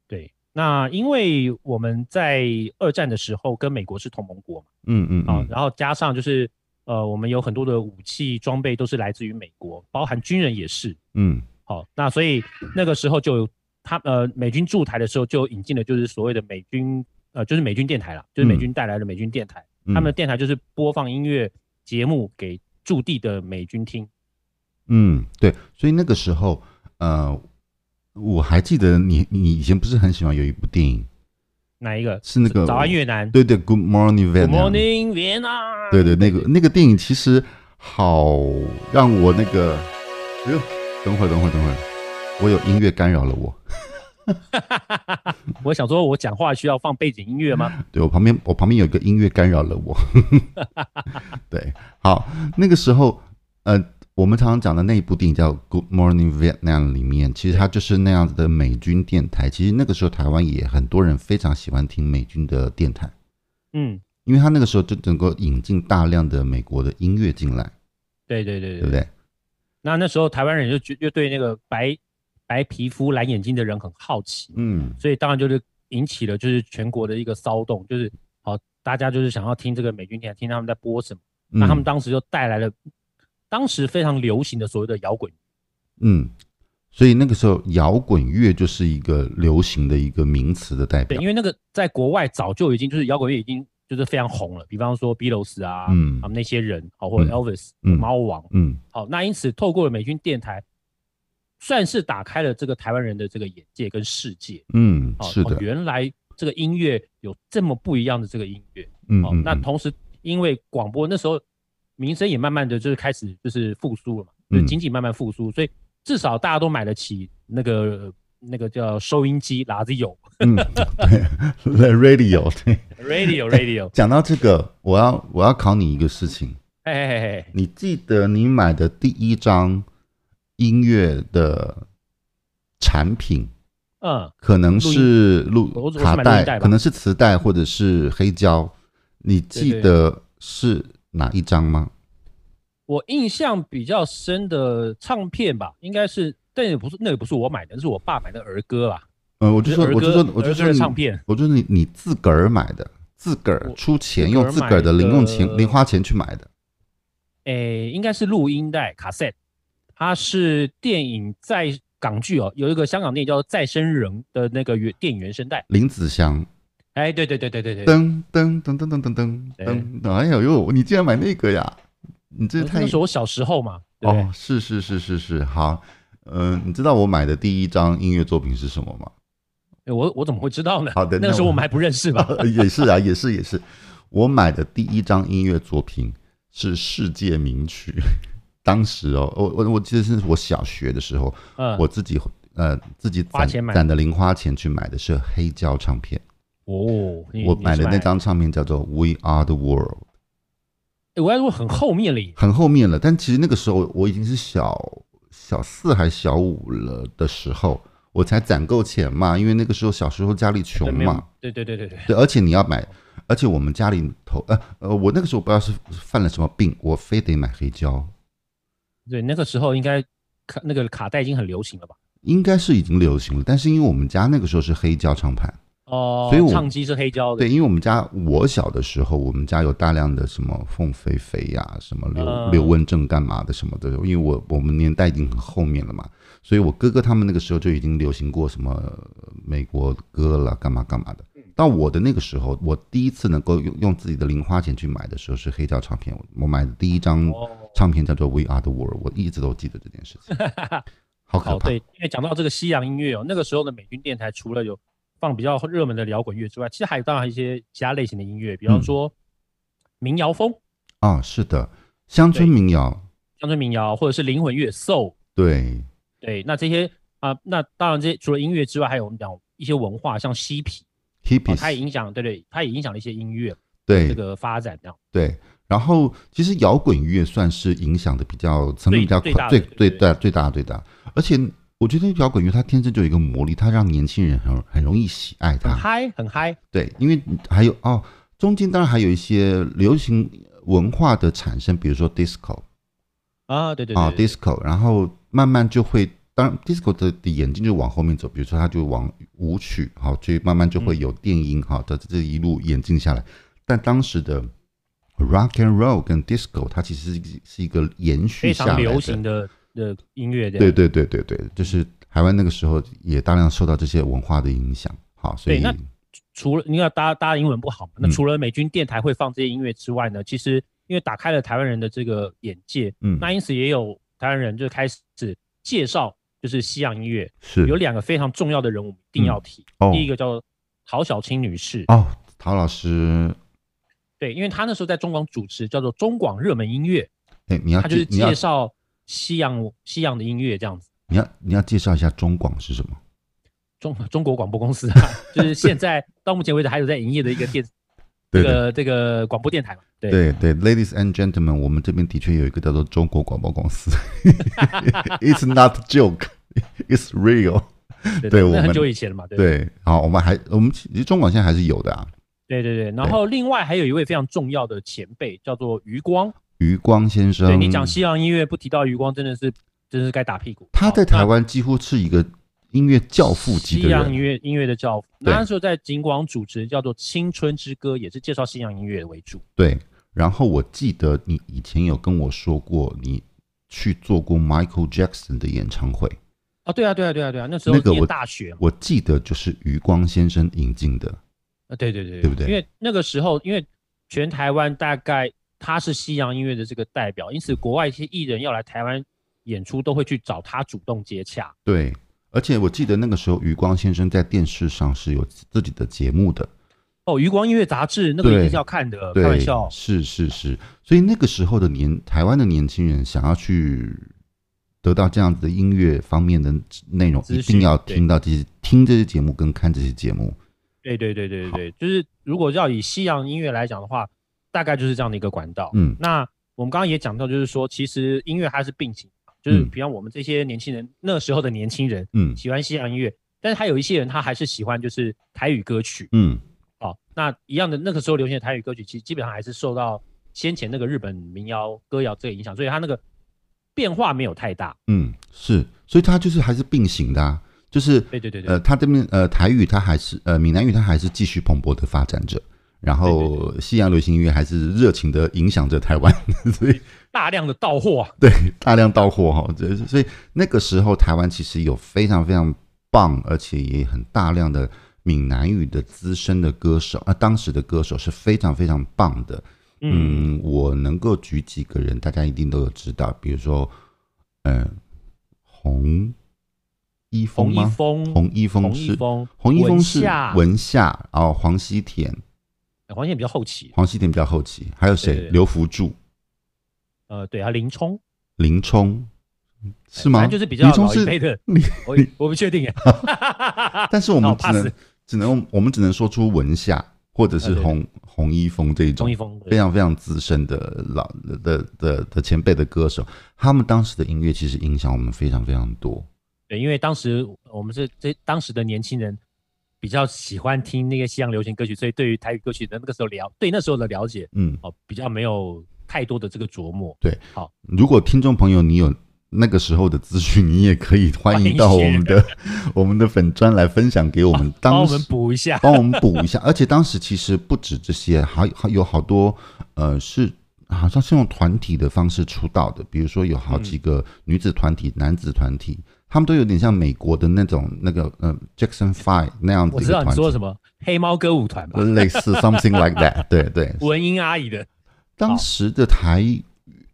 [SPEAKER 2] 对，那因为我们在二战的时候跟美国是同盟国嘛。
[SPEAKER 1] 嗯嗯
[SPEAKER 2] 啊
[SPEAKER 1] 嗯，
[SPEAKER 2] 然后加上就是呃，我们有很多的武器装备都是来自于美国，包含军人也是。
[SPEAKER 1] 嗯
[SPEAKER 2] 好、那所以那个时候就有他呃，美军驻台的时候就引进了就是所谓的美军呃，就是美军电台啦，就是美
[SPEAKER 1] 嗯
[SPEAKER 2] 军带来的美军电台，
[SPEAKER 1] 嗯，
[SPEAKER 2] 他们的电台就是播放音乐节目给驻地的美军听。
[SPEAKER 1] 嗯对，所以那个时候，呃，我还记得你你以前不是很喜欢有一部电影，
[SPEAKER 2] 哪一个？
[SPEAKER 1] 是那个
[SPEAKER 2] 早安越南。
[SPEAKER 1] 对对，Good Morning
[SPEAKER 2] Good
[SPEAKER 1] Vietnam。
[SPEAKER 2] morning Vienna。
[SPEAKER 1] 对对，那个那个电影其实好让我那个，哎呦，等会儿等会儿等会儿，我有音乐干扰了我。
[SPEAKER 2] 我想说，我讲话需要放背景音乐吗？
[SPEAKER 1] 对我旁边，我旁边有一个音乐干扰了我。 对，好，那个时候，呃，我们常常讲的那一部电影叫《Good Morning Vietnam》，里面其实它就是那样子的美军电台。其实那个时候台湾也很多人非常喜欢听美军的电台，
[SPEAKER 2] 嗯，
[SPEAKER 1] 因为他那个时候就能够引进大量的美国的音乐进来，
[SPEAKER 2] 对对对
[SPEAKER 1] 对不对？
[SPEAKER 2] 那那时候台湾人就觉就对那个白白皮肤蓝眼睛的人很好奇，
[SPEAKER 1] 嗯
[SPEAKER 2] 所以当然就是引起了就是全国的一个骚动，就是好大家就是想要听这个美军电台，听他们在播什么。那
[SPEAKER 1] 嗯
[SPEAKER 2] 他们当时就带来了当时非常流行的所谓的摇滚，
[SPEAKER 1] 嗯，所以那个时候摇滚乐就是一个流行的一个名词的代
[SPEAKER 2] 对，
[SPEAKER 1] 表。
[SPEAKER 2] 因为那个在国外早就已经就是摇滚乐已经就是非常红了，比方说 Beatles 啊，
[SPEAKER 1] 嗯
[SPEAKER 2] 他们那些人，好或者
[SPEAKER 1] 嗯
[SPEAKER 2] Elvis、
[SPEAKER 1] 嗯
[SPEAKER 2] 猫王，
[SPEAKER 1] 嗯
[SPEAKER 2] 好，那因此透过了美军电台，算是打开了这个台湾人的这个眼界跟世界。
[SPEAKER 1] 嗯，
[SPEAKER 2] 哦
[SPEAKER 1] 是
[SPEAKER 2] 哦
[SPEAKER 1] 的，
[SPEAKER 2] 原来这个音乐有这么不一样的这个音乐。
[SPEAKER 1] 嗯
[SPEAKER 2] 哦，
[SPEAKER 1] 嗯，
[SPEAKER 2] 那
[SPEAKER 1] 嗯
[SPEAKER 2] 同时因为广播那时候民生也慢慢的就是开始就是复苏了嘛，就是
[SPEAKER 1] 嗯
[SPEAKER 2] 经济慢慢复苏，所以至少大家都买得起那个那个叫收音机，拿着有
[SPEAKER 1] 嗯，对，The Radio 对。
[SPEAKER 2] radio radio，
[SPEAKER 1] 讲到这个，我要我要考你一个事情，
[SPEAKER 2] 嘿嘿嘿嘿，
[SPEAKER 1] 你记得你买的第一张音乐的产品，
[SPEAKER 2] 嗯，
[SPEAKER 1] 可能是
[SPEAKER 2] 我
[SPEAKER 1] 录
[SPEAKER 2] 我是
[SPEAKER 1] 卡
[SPEAKER 2] 买录音带
[SPEAKER 1] 带，
[SPEAKER 2] 吧
[SPEAKER 1] 可能是磁带或者是黑胶，你记
[SPEAKER 2] 对对
[SPEAKER 1] 得是哪一张吗？
[SPEAKER 2] 我印象比较深的唱片吧，应该是。但也不是，那也不是我买的，是我爸买的儿歌吧。
[SPEAKER 1] 嗯，我就说，
[SPEAKER 2] 儿
[SPEAKER 1] 我就
[SPEAKER 2] 歌
[SPEAKER 1] 说，我就
[SPEAKER 2] 儿
[SPEAKER 1] 说
[SPEAKER 2] 歌
[SPEAKER 1] 你
[SPEAKER 2] 唱片
[SPEAKER 1] 我就是你你自个儿买的，自个儿
[SPEAKER 2] 我
[SPEAKER 1] 出钱
[SPEAKER 2] 自个儿
[SPEAKER 1] 用自个儿的
[SPEAKER 2] 买的
[SPEAKER 1] 零用钱、零花钱去买的。
[SPEAKER 2] 诶，应该是录音带卡 set，它是电影在港剧哦，有一个香港电影叫做《再生人》的那个原电影原声带。
[SPEAKER 1] 林子祥，
[SPEAKER 2] 哎，对对对对对对，
[SPEAKER 1] 噔噔噔噔噔噔噔
[SPEAKER 2] 对
[SPEAKER 1] 噔，哎呦呦，你竟然买那个呀？你这
[SPEAKER 2] 那
[SPEAKER 1] 也太
[SPEAKER 2] 那时候我小时候嘛，对不对
[SPEAKER 1] 哦，是是是是是，好，嗯、你知道我买的第一张音乐作品是什么吗？
[SPEAKER 2] 哎我我怎么会知道呢？
[SPEAKER 1] 好的
[SPEAKER 2] 那
[SPEAKER 1] 那
[SPEAKER 2] 个时候
[SPEAKER 1] 我
[SPEAKER 2] 我们还不认识吧？
[SPEAKER 1] 也是啊，也是也是，我买的第一张音乐作品是世界名曲。 当时哦，我我我记得是我小学的时候，
[SPEAKER 2] 嗯，
[SPEAKER 1] 我自己呃自己
[SPEAKER 2] 花
[SPEAKER 1] 攒
[SPEAKER 2] 钱买
[SPEAKER 1] 攒的零花钱去买的是黑胶唱片，
[SPEAKER 2] 哦，你
[SPEAKER 1] 我
[SPEAKER 2] 你
[SPEAKER 1] 买
[SPEAKER 2] 是
[SPEAKER 1] 的那张唱片叫做《We Are the World》，
[SPEAKER 2] 哎，我要说很后面了耶，
[SPEAKER 1] 很后面了，但其实那个时候我已经是小小四还小五了的时候，我才攒够钱嘛，因为那个时候小时候家里
[SPEAKER 2] 对
[SPEAKER 1] 穷
[SPEAKER 2] 没有
[SPEAKER 1] 嘛，，
[SPEAKER 2] 对对对对对，
[SPEAKER 1] 对，而且你要买，而且我们家里头呃呃，我那个时候不知道是犯了什么病，我非得买黑胶，
[SPEAKER 2] 对，那个时候应该卡那个卡带已经很流行了吧？
[SPEAKER 1] 应该是已经流行了，但是因为我们家那个时候是黑胶唱盘。
[SPEAKER 2] 哦，
[SPEAKER 1] 所以我
[SPEAKER 2] 唱机是黑胶的，
[SPEAKER 1] 对，因为我们家我小的时候，我们家有大量的什么凤飞飞呀、什么
[SPEAKER 2] 嗯
[SPEAKER 1] 刘刘文正干嘛的什么的，因为我我们年代已经很后面了嘛，所以我哥哥他们那个时候就已经流行过什么呃美国歌了，干嘛干嘛的。
[SPEAKER 2] 嗯
[SPEAKER 1] 到我的那个时候，我第一次能够用用自己的零花钱去买的时候是黑胶唱片，我我买的第一张
[SPEAKER 2] 哦
[SPEAKER 1] 唱片叫做《We Are the World》，我一直都记得这件事 情，好可
[SPEAKER 2] 哦，
[SPEAKER 1] 怕
[SPEAKER 2] 对。，因为讲到这个西洋音乐哦，那个时候的美军电台除了有放比较热门的摇滚乐之外，其实还有当然一些其他类型的音乐，比
[SPEAKER 1] 嗯
[SPEAKER 2] 方说民谣风、
[SPEAKER 1] 啊、是的，乡村
[SPEAKER 2] 对
[SPEAKER 1] 民谣，
[SPEAKER 2] 乡村民谣，或者是灵魂乐 soul，
[SPEAKER 1] 对，
[SPEAKER 2] 对，那这些啊、那当然这些除了音乐之外，还有我们讲一些文化，像嬉皮，哦、它也
[SPEAKER 1] hippies，
[SPEAKER 2] 影响，对对，它也影响了一些音乐这
[SPEAKER 1] 对
[SPEAKER 2] 个发展，这样
[SPEAKER 1] 对。然后其实摇滚乐算是影响的比较层面比较
[SPEAKER 2] 最
[SPEAKER 1] 宽
[SPEAKER 2] 最大的
[SPEAKER 1] 最
[SPEAKER 2] 对对
[SPEAKER 1] 大最大最大，而且我觉得摇滚乐它天生就有一个魔力，它让年轻人很很容易喜爱它
[SPEAKER 2] 很。嗨，很嗨，
[SPEAKER 1] 对，因为还有哦，中间当然还有一些流行文化的产生，比如说 disco
[SPEAKER 2] 啊，对对对
[SPEAKER 1] 啊、
[SPEAKER 2] 对
[SPEAKER 1] disco，然后慢慢就会，当然 disco 的的眼睛就往后面走，比如说它就往舞曲，好、所以慢慢就
[SPEAKER 2] 嗯
[SPEAKER 1] 会有电音，好、的这一路演进下来。但当时的 rock and roll 跟 disco，它其实是一是一个延续
[SPEAKER 2] 非
[SPEAKER 1] 下来
[SPEAKER 2] 常
[SPEAKER 1] 的
[SPEAKER 2] 流行的的音乐，这
[SPEAKER 1] 对
[SPEAKER 2] 样
[SPEAKER 1] 对对对对，就是台湾那个时候也大量受到这些文化的影响，好，所
[SPEAKER 2] 对
[SPEAKER 1] 以
[SPEAKER 2] 那除了你要大家大家英文不好嘛，那
[SPEAKER 1] 嗯
[SPEAKER 2] 除了美军电台会放这些音乐之外呢，其实因为打开了台湾人的这个眼界，
[SPEAKER 1] 嗯，
[SPEAKER 2] 那因此也有台湾人就开始介绍就是西洋音乐，
[SPEAKER 1] 是
[SPEAKER 2] 有两个非常重要的人我们一定要提，
[SPEAKER 1] 哦
[SPEAKER 2] 第一个叫陶小青女士，
[SPEAKER 1] 哦，陶老师，
[SPEAKER 2] 对，因为她那时候在中广主持叫做中广热门音乐，
[SPEAKER 1] 哎，你要
[SPEAKER 2] 她就是
[SPEAKER 1] 介你要
[SPEAKER 2] 介绍西洋西洋的音乐这样子。
[SPEAKER 1] 你要你要介绍一下中广是什么？
[SPEAKER 2] 中中国广播公司啊，就是现在到目前为止还有在营业的一个 电，这
[SPEAKER 1] 的
[SPEAKER 2] 个这个广播电台嘛。对，
[SPEAKER 1] 对对，Ladies and gentlemen，我们这边的确有一个叫做中国广播公司 ，It's not joke, it's real。
[SPEAKER 2] 对
[SPEAKER 1] 对我
[SPEAKER 2] 那
[SPEAKER 1] 们
[SPEAKER 2] 很久以前了嘛， 对
[SPEAKER 1] 对，好，我们还我们其实中广现在还是有的啊。
[SPEAKER 2] 对对对。然后另外还有一位非常重要的前辈叫做余光，
[SPEAKER 1] 余光先生，
[SPEAKER 2] 对你讲西洋音乐不提到余光，真的是真是该打屁股。
[SPEAKER 1] 他
[SPEAKER 2] 好
[SPEAKER 1] 在台
[SPEAKER 2] 那
[SPEAKER 1] 湾几乎是一个音乐教父级
[SPEAKER 2] 西
[SPEAKER 1] 的
[SPEAKER 2] 洋音
[SPEAKER 1] 人。
[SPEAKER 2] 乐音乐的教父，
[SPEAKER 1] 对
[SPEAKER 2] 那时候在景广主持叫做《青春之歌》，也是介绍西洋音乐为主。
[SPEAKER 1] 对，然后我记得你以前有跟我说过，你去做过 Michael Jackson 的演唱会，
[SPEAKER 2] 啊，对啊，对啊，对啊，对啊，那时候
[SPEAKER 1] 那个
[SPEAKER 2] 念
[SPEAKER 1] 我
[SPEAKER 2] 大学嘛，
[SPEAKER 1] 我记得就是余光先生引进的。
[SPEAKER 2] 啊，对对对，
[SPEAKER 1] 对不对
[SPEAKER 2] 因为那个时候，因为全台湾大概他是西洋音乐的这个代表，因此国外一些艺人要来台湾演出，都会去找他主动接洽。
[SPEAKER 1] 对，而且我记得那个时候余光先生在电视上是有自己的节目的，
[SPEAKER 2] 哦，余光音乐杂志那个
[SPEAKER 1] 对
[SPEAKER 2] 一定是要看的，呃开
[SPEAKER 1] 对
[SPEAKER 2] 玩笑，。
[SPEAKER 1] 是是是，所以那个时候的年台湾的年轻人想要去得到这样子的音乐方面的内容，
[SPEAKER 2] 资
[SPEAKER 1] 一
[SPEAKER 2] 讯
[SPEAKER 1] 定要
[SPEAKER 2] 对
[SPEAKER 1] 听到这些听这些节目跟看这些节目。
[SPEAKER 2] 对对对对对对，就是如果要以西洋音乐来讲的话，大概就是这样的一个管道。
[SPEAKER 1] 嗯
[SPEAKER 2] 那我们刚刚也讲到，就是说，其实音乐它是并行的，就是
[SPEAKER 1] 嗯
[SPEAKER 2] 比方我们这些年轻人，那时候的年轻人
[SPEAKER 1] 嗯
[SPEAKER 2] 喜欢西洋音乐，但是还有一些人他还是喜欢就是台语歌曲。
[SPEAKER 1] 嗯，
[SPEAKER 2] 哦，那一样的那个时候流行的台语歌曲，其实基本上还是受到先前那个日本民谣歌谣这个影响，所以它那个变化没有太大。
[SPEAKER 1] 嗯，是，所以他就是还是并行的、啊，就是
[SPEAKER 2] 对对对对，
[SPEAKER 1] 呃，他这边呃台语它还是呃闽南语它还是继续蓬勃的发展着，然
[SPEAKER 2] 对
[SPEAKER 1] 后西洋流行音乐还是热情的影响着台湾，所以
[SPEAKER 2] 大量的到货啊，
[SPEAKER 1] 对，大量到货哈，这所以那个时候台湾其实有非常非常棒，而且也很大量的闽南语的资深的歌手啊，当时的歌手是非常非常棒的。
[SPEAKER 2] 嗯，
[SPEAKER 1] 嗯，我能够举几个人，大家一定都有知道，比如说，嗯、洪一
[SPEAKER 2] 洪
[SPEAKER 1] 峰
[SPEAKER 2] 一
[SPEAKER 1] 吗？
[SPEAKER 2] 峰，
[SPEAKER 1] 洪一峰
[SPEAKER 2] 洪一
[SPEAKER 1] 是
[SPEAKER 2] 峰，
[SPEAKER 1] 洪一峰是
[SPEAKER 2] 文夏
[SPEAKER 1] 文夏，然后黄西田，
[SPEAKER 2] 哎黄健比较后期，
[SPEAKER 1] 黄西田比较后期，还有
[SPEAKER 2] 对对
[SPEAKER 1] 谁？
[SPEAKER 2] 对
[SPEAKER 1] 刘福柱、
[SPEAKER 2] 呃，对啊，林冲哎
[SPEAKER 1] 林冲是吗？
[SPEAKER 2] 反正就是比较
[SPEAKER 1] 林冲
[SPEAKER 2] 老一
[SPEAKER 1] 是
[SPEAKER 2] 辈的
[SPEAKER 1] 林，
[SPEAKER 2] 我我不确定 哎，
[SPEAKER 1] 但是我们
[SPEAKER 2] 好
[SPEAKER 1] 只
[SPEAKER 2] pass
[SPEAKER 1] 能只能我们只能说出文夏或者是
[SPEAKER 2] 啊对
[SPEAKER 1] 洪洪一峰这一
[SPEAKER 2] 洪
[SPEAKER 1] 种
[SPEAKER 2] 一峰
[SPEAKER 1] 非
[SPEAKER 2] 对
[SPEAKER 1] 常非常资深的老的的的的前辈的歌手，他们当时的音乐其实影响我们非常非常多。
[SPEAKER 2] 对，因为当时我们是这当时的年轻人。比较喜欢听那个西洋流行歌曲，所以对于台语歌曲的那个时候了，对那时候的了解，
[SPEAKER 1] 嗯，
[SPEAKER 2] 哦，比较没有太多的这个琢磨。
[SPEAKER 1] 如果听众朋友你有那个时候的资讯，你也可以欢迎到我们的 我们的粉专来分享给我们
[SPEAKER 2] 帮
[SPEAKER 1] 当
[SPEAKER 2] 我
[SPEAKER 1] 时
[SPEAKER 2] 们补一下。
[SPEAKER 1] 帮我们补一下。而且当时其实不止这些，还还有好多呃是好像是用团体的方式出道的，比如说有好几
[SPEAKER 2] 嗯
[SPEAKER 1] 个女子团体、男子团体，他们都有点像美国的那种那个呃 Jackson Five 那样子
[SPEAKER 2] 我
[SPEAKER 1] 一
[SPEAKER 2] 知道
[SPEAKER 1] 个
[SPEAKER 2] 你
[SPEAKER 1] 团
[SPEAKER 2] 说
[SPEAKER 1] 体
[SPEAKER 2] 什。么黑猫歌舞团吧，
[SPEAKER 1] 类似 something like that，对 对。
[SPEAKER 2] 文英阿姨的。
[SPEAKER 1] 当时的台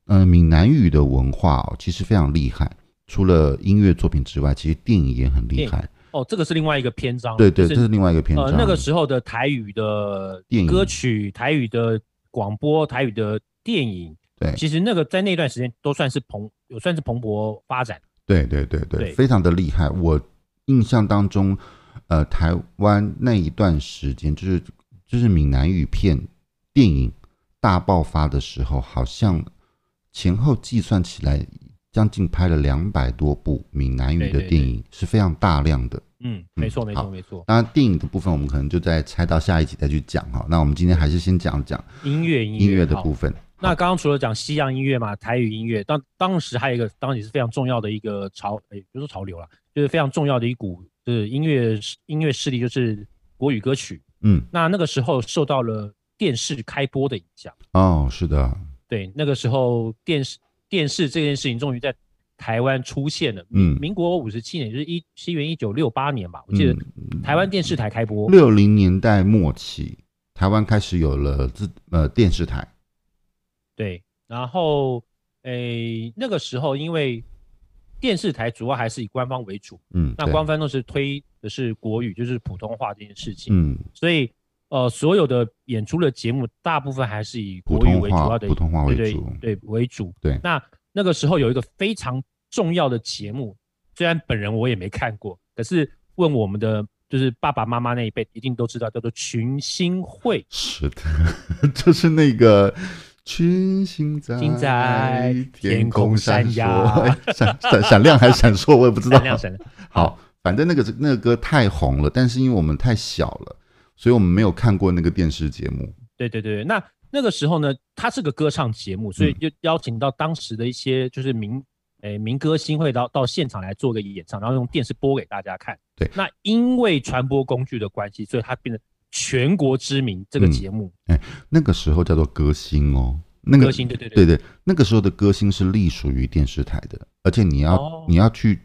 [SPEAKER 1] 呃闽南语的文化哦，其实非常厉害。除了音乐作品之外，其实电影也很厉害。
[SPEAKER 2] 哦，这个是另外一个篇章。
[SPEAKER 1] 对对，
[SPEAKER 2] 哦就
[SPEAKER 1] 这
[SPEAKER 2] 是
[SPEAKER 1] 是另外一个篇章。
[SPEAKER 2] 呃那个时候的台语的
[SPEAKER 1] 电影
[SPEAKER 2] 歌曲、台语的广播、台语的电影，
[SPEAKER 1] 对
[SPEAKER 2] 其实那个在那段时间都算是蓬，有算是蓬勃发展。
[SPEAKER 1] 对对对对，
[SPEAKER 2] 对
[SPEAKER 1] 非常的厉害。我印象当中，呃，台湾那一段时间，就是就是闽南语片电影大爆发的时候，好像前后计算起来，将近拍了两百多部闽南语的
[SPEAKER 2] 对对
[SPEAKER 1] 电影，是非常大量的。
[SPEAKER 2] 嗯，没错，没
[SPEAKER 1] 好
[SPEAKER 2] 错，没错。
[SPEAKER 1] 当然，电影的部分我们可能就再拆到下一集再去讲哈。那我们今天还是先讲讲
[SPEAKER 2] 音乐，音
[SPEAKER 1] 音乐的
[SPEAKER 2] 好
[SPEAKER 1] 部分。
[SPEAKER 2] 那刚刚除了讲西洋音乐嘛，台语音乐，当当时还有一个，当然也是非常重要的一个潮，也不是说潮流啦，就是非常重要的一股就是音乐音乐势力，就是国语歌曲。
[SPEAKER 1] 嗯，
[SPEAKER 2] 那那个时候受到了电视开播的影响，
[SPEAKER 1] 哦，是的，
[SPEAKER 2] 对，那个时候电视电视这件事情终于在台湾出现了。
[SPEAKER 1] 嗯
[SPEAKER 2] 民国五十七年，就是一西元一九六八年吧，我记得
[SPEAKER 1] 嗯，
[SPEAKER 2] 台湾电视台开播。
[SPEAKER 1] 六零年代末期，台湾开始有了自呃电视台。
[SPEAKER 2] 对，然后诶、那个时候因为电视台主要还是以官方为主，
[SPEAKER 1] 嗯，
[SPEAKER 2] 那
[SPEAKER 1] 对
[SPEAKER 2] 官方都是推的是国语，就是普通话这件事情，
[SPEAKER 1] 嗯
[SPEAKER 2] 所以呃，所有的演出的节目大部分还是以
[SPEAKER 1] 普
[SPEAKER 2] 国语
[SPEAKER 1] 通
[SPEAKER 2] 为主
[SPEAKER 1] 话
[SPEAKER 2] 要的
[SPEAKER 1] 普通话为
[SPEAKER 2] 对
[SPEAKER 1] 主。
[SPEAKER 2] 对对为主。
[SPEAKER 1] 对
[SPEAKER 2] 那那个时候有一个非常重要的节目，虽然本人我也没看过，可是问我们的就是爸爸妈妈那一辈一定都知道，叫做群星会。
[SPEAKER 1] 是的， 就是那个群星在
[SPEAKER 2] 星在
[SPEAKER 1] 天
[SPEAKER 2] 天
[SPEAKER 1] 空
[SPEAKER 2] 空
[SPEAKER 1] 闪
[SPEAKER 2] 闪
[SPEAKER 1] 烁， 闪闪闪亮还是闪烁，我也不知道
[SPEAKER 2] 闪。亮闪亮，
[SPEAKER 1] 好，反正那个那个歌太红了，但是因为我们太小了，所以我们没有看过那个电视节目。
[SPEAKER 2] 对对对对，那那个时候呢，它是个歌唱节目，所以
[SPEAKER 1] 嗯
[SPEAKER 2] 就邀请到当时的一些就是民诶、民歌星会到到现场来做个演唱，然后用电视播给大家看。
[SPEAKER 1] 对
[SPEAKER 2] 那因为传播工具的关系，所以它变得全国知名这个
[SPEAKER 1] 嗯
[SPEAKER 2] 节目。
[SPEAKER 1] 那个时候叫做歌星哦，那个
[SPEAKER 2] 歌星对对
[SPEAKER 1] 对
[SPEAKER 2] 对
[SPEAKER 1] 对，那个时候的歌星是隶属于电视台的，而且你要、
[SPEAKER 2] 哦
[SPEAKER 1] 你要去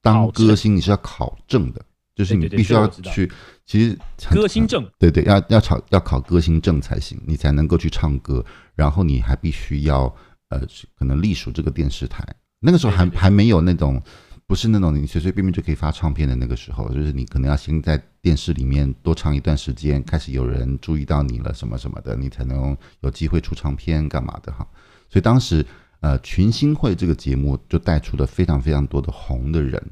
[SPEAKER 1] 当
[SPEAKER 2] 考证
[SPEAKER 1] 歌星，你是要考证的，就是你
[SPEAKER 2] 对对对
[SPEAKER 1] 必须要
[SPEAKER 2] 这个我知道
[SPEAKER 1] 去，其实很
[SPEAKER 2] 歌星证，
[SPEAKER 1] 对对，要要考要考歌星证才行，你才能够去唱歌，然后你还必须要呃，可能隶属这个电视台。那个时候还
[SPEAKER 2] 对对对
[SPEAKER 1] 还没有那种，不是那种你随随便便就可以发唱片的那个时候，就是你可能要先在电视里面多唱一段时间，开始有人注意到你了，什么什么的，你才能有机会出唱片干嘛的哈。所以当时呃，群星会这个节目就带出了非常非常多的红的人，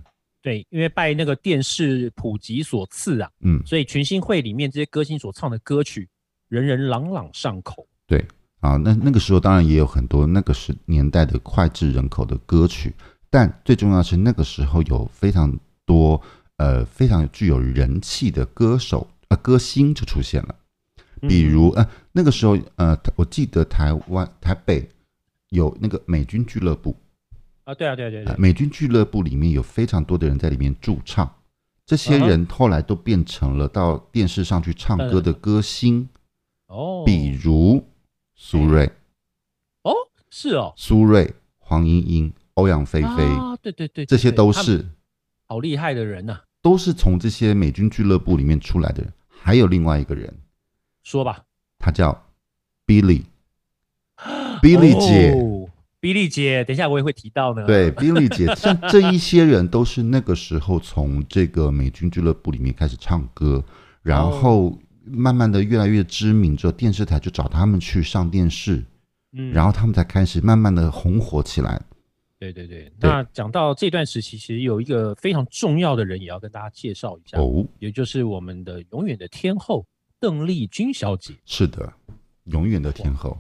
[SPEAKER 2] 对，因为拜那个电视普及所赐啊，
[SPEAKER 1] 嗯，
[SPEAKER 2] 所以群星会里面这些歌星所唱的歌曲，人人朗朗上口。
[SPEAKER 1] 啊，那那个时候当然也有很多那个时年代的脍炙人口的歌曲，但最重要的是那个时候有非常多呃非常具有人气的歌手呃歌星就出现了，比
[SPEAKER 2] 嗯
[SPEAKER 1] 如呃那个时候呃我记得台湾台北有那个美军俱乐部，
[SPEAKER 2] 啊，对啊，对啊对啊对
[SPEAKER 1] 呃
[SPEAKER 2] 啊，
[SPEAKER 1] 美军俱乐部里面有非常多的人在里面驻唱，这些
[SPEAKER 2] 嗯哼
[SPEAKER 1] 人后来都变成了到电视上去唱歌的歌星，
[SPEAKER 2] 嗯哦，
[SPEAKER 1] 呃比如苏芮。
[SPEAKER 2] 哦，是哦，
[SPEAKER 1] 苏芮、黄莺莺、欧阳菲菲，
[SPEAKER 2] 啊，对对对，对
[SPEAKER 1] 这些
[SPEAKER 2] 对
[SPEAKER 1] 都
[SPEAKER 2] 他们
[SPEAKER 1] 是
[SPEAKER 2] 好厉害的人呐、啊
[SPEAKER 1] 都是从这些美军俱乐部里面出来的人。还有另外一个人，
[SPEAKER 2] 说吧，
[SPEAKER 1] 他叫 Billy。Billy 姐，
[SPEAKER 2] 哦、，Billy 姐，等一下我也会提到呢。
[SPEAKER 1] 对 Billy 姐，像这一些人都是那个时候从这个美军俱乐部里面开始唱
[SPEAKER 2] 哦
[SPEAKER 1] 歌，然后慢慢的越来越知名之后，电视台就找他们去上电视，
[SPEAKER 2] 嗯，
[SPEAKER 1] 然后他们才开始慢慢的红火起来。
[SPEAKER 2] 对对对。那讲到这段时期，其实有一个非常重要的人也要跟大家介绍一下，
[SPEAKER 1] 哦，
[SPEAKER 2] 也就是啊我们的永远的天后邓丽君小姐。
[SPEAKER 1] 是的，永远的天后。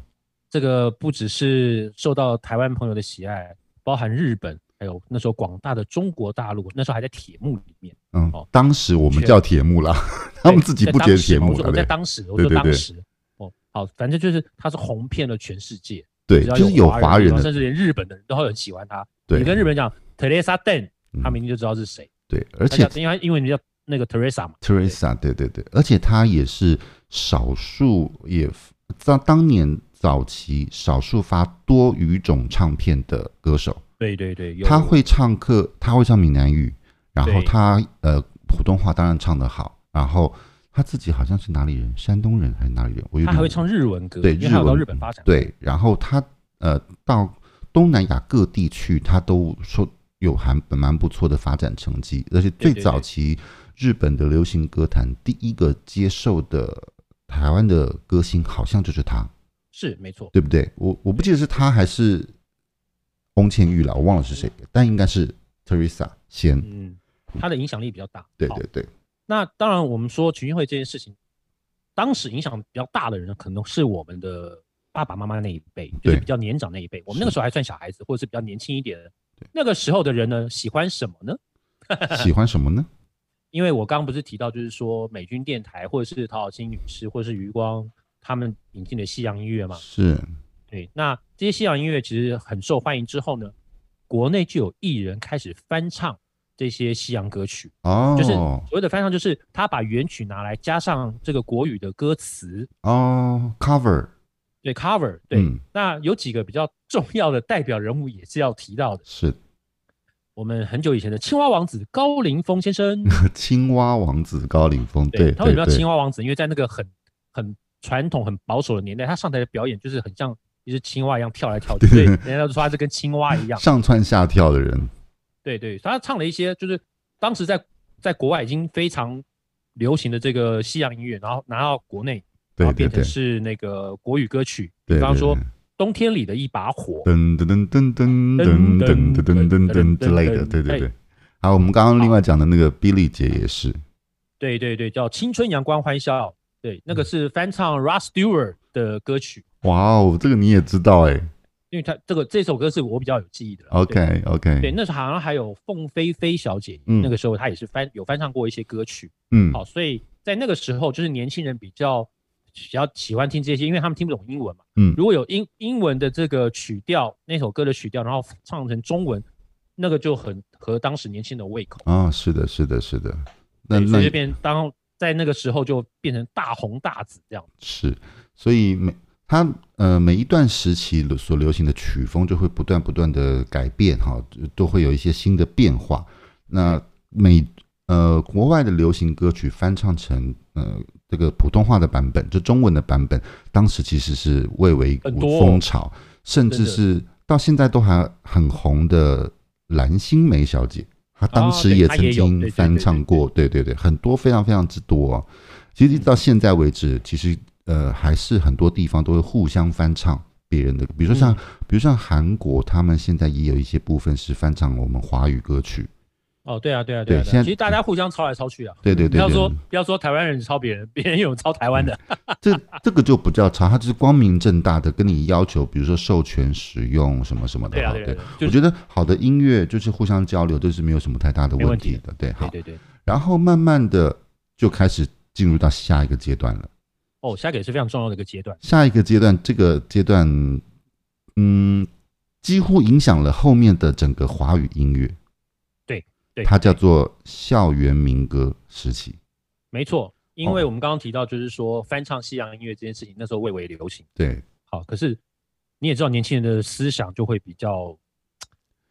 [SPEAKER 2] 这个不只是受到台湾朋友的喜爱，包含日本，还有那时候广大的中国大陆，那时候还在铁幕里面。
[SPEAKER 1] 嗯
[SPEAKER 2] 哦，
[SPEAKER 1] 当时我们
[SPEAKER 2] 确
[SPEAKER 1] 叫铁幕啦， 他们自己
[SPEAKER 2] 在
[SPEAKER 1] 不
[SPEAKER 2] 当
[SPEAKER 1] 觉得
[SPEAKER 2] 时
[SPEAKER 1] 铁
[SPEAKER 2] 嘛
[SPEAKER 1] 幕
[SPEAKER 2] 我说
[SPEAKER 1] 了，
[SPEAKER 2] 我在
[SPEAKER 1] 对
[SPEAKER 2] 当时，我
[SPEAKER 1] 对
[SPEAKER 2] 说
[SPEAKER 1] 对
[SPEAKER 2] 当
[SPEAKER 1] 对
[SPEAKER 2] 时。哦，好，反正就是她是红遍了全世界，
[SPEAKER 1] 对，
[SPEAKER 2] 只要
[SPEAKER 1] 就是有华
[SPEAKER 2] 华
[SPEAKER 1] 人
[SPEAKER 2] 甚
[SPEAKER 1] 的，
[SPEAKER 2] 至连日本的人都会很喜欢她。
[SPEAKER 1] 对
[SPEAKER 2] 你跟日本人讲 Teresa Den，
[SPEAKER 1] 嗯
[SPEAKER 2] 他们一定就知道是谁。
[SPEAKER 1] 对，而
[SPEAKER 2] 他
[SPEAKER 1] 且
[SPEAKER 2] 叫因为他英文名叫那个 Teresa 嘛，
[SPEAKER 1] Teresa，对对对，而且她也是少数，也在当年早期少数发多语种唱片的歌手，
[SPEAKER 2] 对对对，有
[SPEAKER 1] 她会唱客，她会唱闽南语，然后
[SPEAKER 2] 对
[SPEAKER 1] 她呃普通话当然唱得好，然后她自己好像是哪里人，山东人还是哪里人，我有
[SPEAKER 2] 他
[SPEAKER 1] 点
[SPEAKER 2] 还会唱日文
[SPEAKER 1] 嗯
[SPEAKER 2] 歌，
[SPEAKER 1] 对
[SPEAKER 2] 因
[SPEAKER 1] 日
[SPEAKER 2] 为他有到
[SPEAKER 1] 文
[SPEAKER 2] 日本发展，
[SPEAKER 1] 对，然后他呃到东南亚各地去，他都说有还蛮不错的发展成绩，而且最
[SPEAKER 2] 对对
[SPEAKER 1] 早期日本的流行歌坛第一个接受的台湾的歌星好像就是他，
[SPEAKER 2] 是没错。
[SPEAKER 1] 对不对？我我不记得是他还是翁倩玉了，我忘了是谁，但应该是 Teresa 先，
[SPEAKER 2] 嗯，它的影响力比较大。
[SPEAKER 1] 对
[SPEAKER 2] 好
[SPEAKER 1] 对对，
[SPEAKER 2] 那当然，我们说群运会这件事情，当时影响比较大的人，可能是我们的爸爸妈妈那一辈，就是
[SPEAKER 1] 对
[SPEAKER 2] 比较年长那一辈。我们那个时候还算小孩子，或者是比较年轻一点的
[SPEAKER 1] 对。
[SPEAKER 2] 那个时候的人呢，喜欢什么呢？
[SPEAKER 1] 喜欢什么 呢？
[SPEAKER 2] 因为我刚刚不是提到，就是说美军电台，或者是陶小青女士，或者是余光他们引进的西洋音乐嘛。
[SPEAKER 1] 是
[SPEAKER 2] 对，那这些西洋音乐其实很受欢迎。之后呢，国内就有艺人开始翻唱这些西洋歌曲。
[SPEAKER 1] 哦，
[SPEAKER 2] 就是所谓的翻唱，就是他把原曲拿来加上这个国语的歌词，
[SPEAKER 1] 哦，cover，
[SPEAKER 2] 对 cover，对。
[SPEAKER 1] 嗯，
[SPEAKER 2] 那有几个比较重要的代表人物也是要提到的。
[SPEAKER 1] 是
[SPEAKER 2] 我们很久以前的青蛙王子高凌风 先生，
[SPEAKER 1] 青蛙王子高凌风，对
[SPEAKER 2] 他为什
[SPEAKER 1] 对
[SPEAKER 2] 么叫青
[SPEAKER 1] 对，
[SPEAKER 2] 蛙王子？因为在那个很很传统、很保守的年代，他上台的表演就是很像一只青蛙一样跳来跳去，所以人家都说他是跟青蛙一样。
[SPEAKER 1] 上蹿下跳的人，
[SPEAKER 2] 对对，他唱了一些就是当时在在国外已经非常流行的这个西洋音乐，然后拿到国内，然
[SPEAKER 1] 对
[SPEAKER 2] 后
[SPEAKER 1] 对
[SPEAKER 2] 变成
[SPEAKER 1] 对，
[SPEAKER 2] 是那个国语歌曲，
[SPEAKER 1] 对
[SPEAKER 2] 比方
[SPEAKER 1] 对
[SPEAKER 2] 说
[SPEAKER 1] 对
[SPEAKER 2] 《冬天里的一把火》。
[SPEAKER 1] 噔噔噔噔噔噔噔噔噔噔噔之类的，对对对。还有我们刚刚另外讲的那个 Billy 姐也是，
[SPEAKER 2] 对对对，叫《青春阳光欢笑》，对，
[SPEAKER 1] 嗯
[SPEAKER 2] 那个是翻唱 Rod Stewart 的歌曲，
[SPEAKER 1] 哇哦，这个你也知道哎
[SPEAKER 2] 因为他这个这首歌是我比较有记忆的啦。对
[SPEAKER 1] ，OK
[SPEAKER 2] 对，
[SPEAKER 1] OK，
[SPEAKER 2] 那时候好像还有凤飞飞小姐，
[SPEAKER 1] 嗯
[SPEAKER 2] 那个时候她也是翻有翻唱过一些歌曲。
[SPEAKER 1] 嗯，
[SPEAKER 2] 好，所以在那个时候，就是年轻人比较比较喜欢听这些，因为他们听不懂英文嘛。
[SPEAKER 1] 嗯
[SPEAKER 2] 如果有英英文的这个曲调，那首歌的曲调，然后唱成中文，那个就很合当时年轻人的胃口。
[SPEAKER 1] 啊，是的，是的，是的，那
[SPEAKER 2] 对，
[SPEAKER 1] 那
[SPEAKER 2] 所以就变当在那个时候就变成大红大紫这样。
[SPEAKER 1] 是，所以每它呃每一段时期所流行的曲风就会不断不断的改变哈，都会有一些新的变化。那每呃国外的流行歌曲翻唱成呃这个普通话的版本，就中文的版本，当时其实是蔚为一
[SPEAKER 2] 很
[SPEAKER 1] 股
[SPEAKER 2] 多哦
[SPEAKER 1] 风潮，甚至
[SPEAKER 2] 真的
[SPEAKER 1] 是到现在都还很红的蓝心湄小姐。她当
[SPEAKER 2] 哦
[SPEAKER 1] 时
[SPEAKER 2] 对
[SPEAKER 1] 也
[SPEAKER 2] 她
[SPEAKER 1] 曾
[SPEAKER 2] 也有对
[SPEAKER 1] 经
[SPEAKER 2] 对
[SPEAKER 1] 翻
[SPEAKER 2] 对
[SPEAKER 1] 唱
[SPEAKER 2] 对嗯
[SPEAKER 1] 过，对对对，很多非常非常之多、哦。其实一直到现在为止，其实呃还是很多地方都会互相翻唱别人的，比如说像、比如像韩国，他们现在也有一些部分是翻唱我们华语歌曲。
[SPEAKER 2] 哦，对啊，对啊，
[SPEAKER 1] 对
[SPEAKER 2] 对啊，
[SPEAKER 1] 现在
[SPEAKER 2] 其实大家互相抄来抄去啊。
[SPEAKER 1] 对对
[SPEAKER 2] 不
[SPEAKER 1] 对
[SPEAKER 2] 要
[SPEAKER 1] 对，嗯
[SPEAKER 2] 说不要说台湾人抄别人，别人也有抄台湾的。
[SPEAKER 1] 这这个就不叫抄，他就是光明正大的跟你要求，比如说授权使用什么什么的。
[SPEAKER 2] 对啊，
[SPEAKER 1] 哈
[SPEAKER 2] 对啊对啊，
[SPEAKER 1] 我
[SPEAKER 2] 就是
[SPEAKER 1] 觉得好的音乐就是互相交流，这是没有什么太大的
[SPEAKER 2] 没
[SPEAKER 1] 问
[SPEAKER 2] 问题
[SPEAKER 1] 题的。对，
[SPEAKER 2] 对
[SPEAKER 1] 好，
[SPEAKER 2] 对对。
[SPEAKER 1] 然后慢慢的就开始进入到下一个阶段了。
[SPEAKER 2] 哦，下一个也是非常重要的一个阶段。
[SPEAKER 1] 下一个阶段，这个阶段，嗯，几乎影响了后面的整个华语音乐。
[SPEAKER 2] 对，
[SPEAKER 1] 它叫做校园民歌时期。
[SPEAKER 2] 没错，因
[SPEAKER 1] 哦
[SPEAKER 2] 为我们刚刚提到，就是说翻唱西洋音乐这件事情，那时候蔚为流行。
[SPEAKER 1] 对，
[SPEAKER 2] 好，可是你也知道，年轻人的思想就会比较，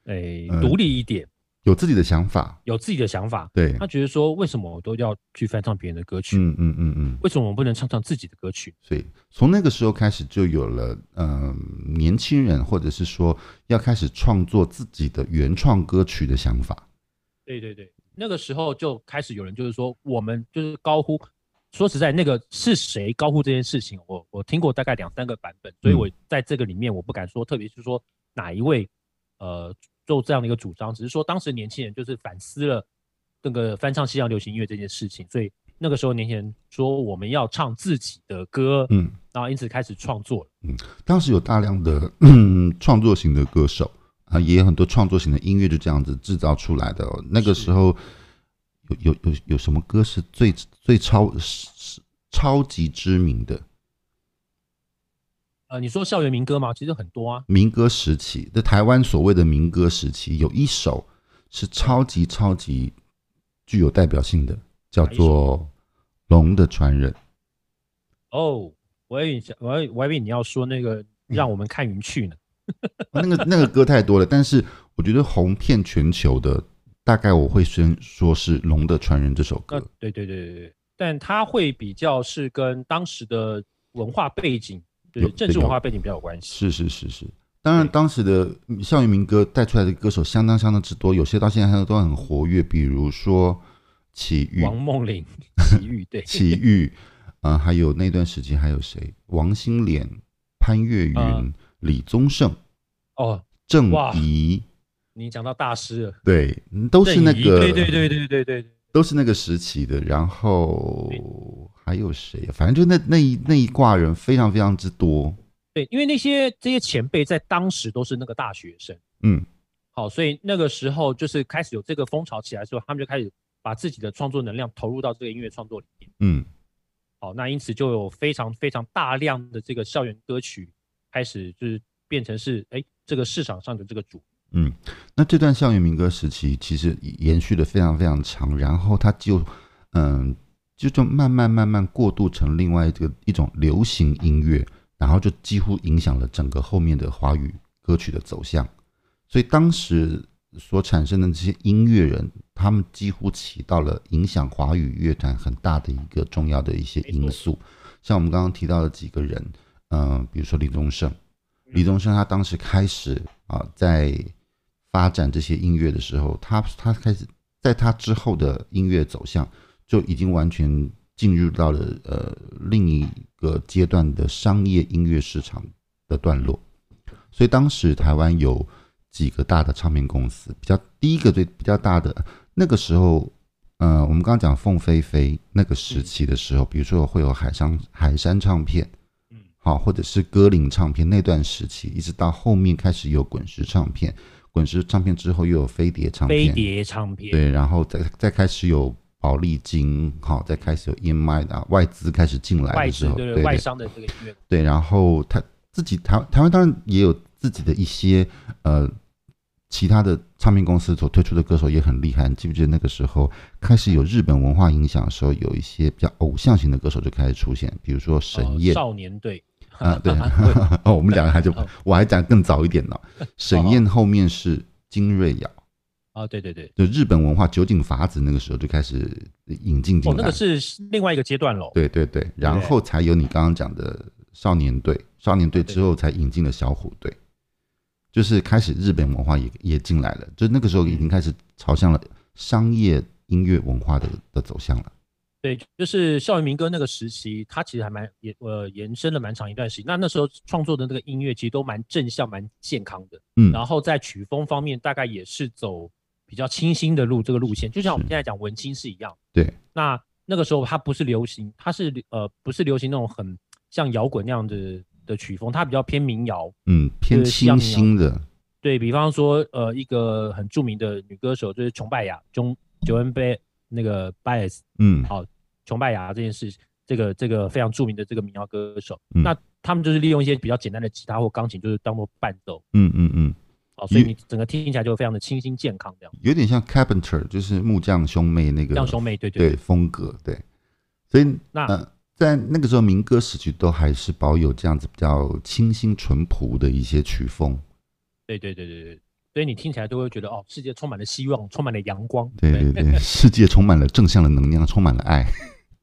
[SPEAKER 2] 诶、
[SPEAKER 1] 嗯
[SPEAKER 2] 独立一点，
[SPEAKER 1] 有自己的想法。
[SPEAKER 2] 有自己的想法。
[SPEAKER 1] 对，
[SPEAKER 2] 他觉得说，为什么我都要去翻唱别人的歌曲？
[SPEAKER 1] 嗯嗯嗯嗯。
[SPEAKER 2] 为什么我不能唱唱自己的歌曲？
[SPEAKER 1] 所以从那个时候开始，就有了嗯、呃年轻人或者是说要开始创作自己的原创歌曲的想法。
[SPEAKER 2] 对对对，那个时候就开始有人就是说，我们就是高呼，说实在，那个是谁高呼这件事情，我我听过大概两三个版本，所以我在这个里面我不敢说，特别是说哪一位，呃，做这样的一个主张，只是说当时年轻人就是反思了那个翻唱西洋流行音乐这件事情，所以那个时候年轻人说我们要唱自己的歌，
[SPEAKER 1] 嗯，
[SPEAKER 2] 然后因此开始创作了。
[SPEAKER 1] 当时有大量的嗯创作型的歌手啊，也有很多创作型的音乐就这样子制造出来的、哦。那个时候有有有有什么歌是最最超是超级知名的
[SPEAKER 2] 呃，你说校园民歌吗？其实很多啊，
[SPEAKER 1] 民歌时期？在台湾所谓的民歌时期，有一首是超级超级具有代表性的，叫做《龙的传人》。
[SPEAKER 2] 哦，我还以为你想我还以我还以为你要说那个让我们看云去呢。
[SPEAKER 1] 哦那个那个歌太多了，但是我觉得红遍全球的，大概我会先说是《龙的传人》这首歌
[SPEAKER 2] 那。对对对对对，但它会比较是跟当时的文化背景，就
[SPEAKER 1] 有
[SPEAKER 2] 是政治
[SPEAKER 1] 有
[SPEAKER 2] 文化背景比较有关系。
[SPEAKER 1] 是是是是，当然
[SPEAKER 2] 对
[SPEAKER 1] 当时的嗯校园民歌带出来的歌手相当相当之多，有些到现在还都很活跃，比如说齐豫、
[SPEAKER 2] 王梦玲、奇遇，对，
[SPEAKER 1] 齐豫，啊、还有那段时间还有谁？王心莲、潘越云、
[SPEAKER 2] 嗯
[SPEAKER 1] 李宗盛、
[SPEAKER 2] 哦，
[SPEAKER 1] 郑
[SPEAKER 2] 哇
[SPEAKER 1] 怡，
[SPEAKER 2] 你讲到大师了，
[SPEAKER 1] 对，嗯都是
[SPEAKER 2] 郑
[SPEAKER 1] 那
[SPEAKER 2] 怡
[SPEAKER 1] 个，
[SPEAKER 2] 对对对对对对对，
[SPEAKER 1] 都是那个时期的，然后还有谁？反正就那那一那一挂人非常非常之多。
[SPEAKER 2] 对，因为那些这些前辈在当时都是那个大学生，
[SPEAKER 1] 嗯，
[SPEAKER 2] 好，所以那个时候就是开始有这个风潮起来之后，他们就开始把自己的创作能量投入到这个音乐创作里面。
[SPEAKER 1] 嗯，
[SPEAKER 2] 好，那因此就有非常非常大量的这个校园歌曲开始就是变成是哎这个市场上的这个主，
[SPEAKER 1] 那这段校园民歌时期其实延续的非常非常长，然后它就嗯，就就慢慢慢慢过渡成另外一个一种流行音乐，然后就几乎影响了整个后面的华语歌曲的走向。所以当时所产生的这些音乐人，他们几乎起到了影响华语乐坛很大的一个重要的一些因素。像我们刚刚提到的几个人，嗯、比如说李宗盛，
[SPEAKER 2] 嗯
[SPEAKER 1] 李宗盛他当时开始啊，在发展这些音乐的时候，他他开始在他之后的音乐走向就已经完全进入到了呃另一个阶段的商业音乐市场的段落。所以当时台湾有几个大的唱片公司，比较第一个最比较大的那个时候，呃，我们刚刚讲凤飞飞那个时期的时候，比如说会有海上海山唱片，
[SPEAKER 2] 嗯，
[SPEAKER 1] 好，或者是歌林唱片那段时期，一直到后面开始有滚石唱片，滚石唱片之后又有飞碟唱片，
[SPEAKER 2] 飞碟唱片，
[SPEAKER 1] 对，然后再再开始有宝丽金，好，再开始有 EMI 啊，外资开始进来
[SPEAKER 2] 外
[SPEAKER 1] 的时
[SPEAKER 2] 资
[SPEAKER 1] 候，
[SPEAKER 2] 对
[SPEAKER 1] 对对
[SPEAKER 2] 对外商的这个音乐，呃
[SPEAKER 1] 对，然后他自己台台湾当然也有自己的一些呃其他的唱片公司所推出的歌手也很厉害。你记不记得那个时候开始有日本文化影响的时候，有一些比较偶像型的歌手就开始出现，比如说
[SPEAKER 2] 呃
[SPEAKER 1] 沈燕、
[SPEAKER 2] 少年队
[SPEAKER 1] 啊，对
[SPEAKER 2] 对，
[SPEAKER 1] 哦， 我们两个还就
[SPEAKER 2] 哦
[SPEAKER 1] 我还讲更早一点呢。沈燕后面是金瑞瑶，
[SPEAKER 2] 啊，对对对，
[SPEAKER 1] 就日本文化酒井法子那个时候就开始引进进
[SPEAKER 2] 哦
[SPEAKER 1] 来，，
[SPEAKER 2] 那个是另外一个阶段喽，
[SPEAKER 1] 对对对，然后才有你刚刚讲的少年队，少年队之后才引进了小虎队，就是开始日本文化也也进来了，就那个时候已经开始朝向了商业音乐文化的的走向了。
[SPEAKER 2] 对，就是校园民歌那个时期，它其实还蛮也呃延伸了蛮长一段时间。那那时候创作的那个音乐其实都蛮正向、蛮健康的。
[SPEAKER 1] 嗯，
[SPEAKER 2] 然后在曲风方面，大概也是走比较清新的路这个路线，就像我们
[SPEAKER 1] 是
[SPEAKER 2] 现在讲文青是一样。
[SPEAKER 1] 对，
[SPEAKER 2] 那那个时候它不是流行，它是呃不是流行那种很像摇滚那样的的曲风，它比较偏民谣。
[SPEAKER 1] 嗯，偏
[SPEAKER 2] 就是像
[SPEAKER 1] 清
[SPEAKER 2] 你
[SPEAKER 1] 新的，
[SPEAKER 2] 对比方说，呃，一个很著名的女歌手就是琼拜雅，琼九恩贝那个 Bias，
[SPEAKER 1] 嗯，
[SPEAKER 2] 好琼拜雅这件事，这个这个非常著名的这个民谣歌手，
[SPEAKER 1] 嗯
[SPEAKER 2] 那他们就是利用一些比较简单的吉他或钢琴，就是当做伴奏，
[SPEAKER 1] 嗯嗯嗯，
[SPEAKER 2] 哦，所以
[SPEAKER 1] 嗯
[SPEAKER 2] 你整个听起来就非常的清新健康这样。
[SPEAKER 1] 有点像 Carpenter，就是木匠兄妹那个
[SPEAKER 2] 像兄妹，对啊对
[SPEAKER 1] 对风格，对，所以
[SPEAKER 2] 那
[SPEAKER 1] 呃，在那个时候民歌时期都还是保有这样子比较清新淳朴的一些曲风。
[SPEAKER 2] 对对对对对，所以你听起来都会觉得哦，世界充满了希望，充满了阳光。
[SPEAKER 1] 对对 对，世界充满了正向的能量，充满了爱。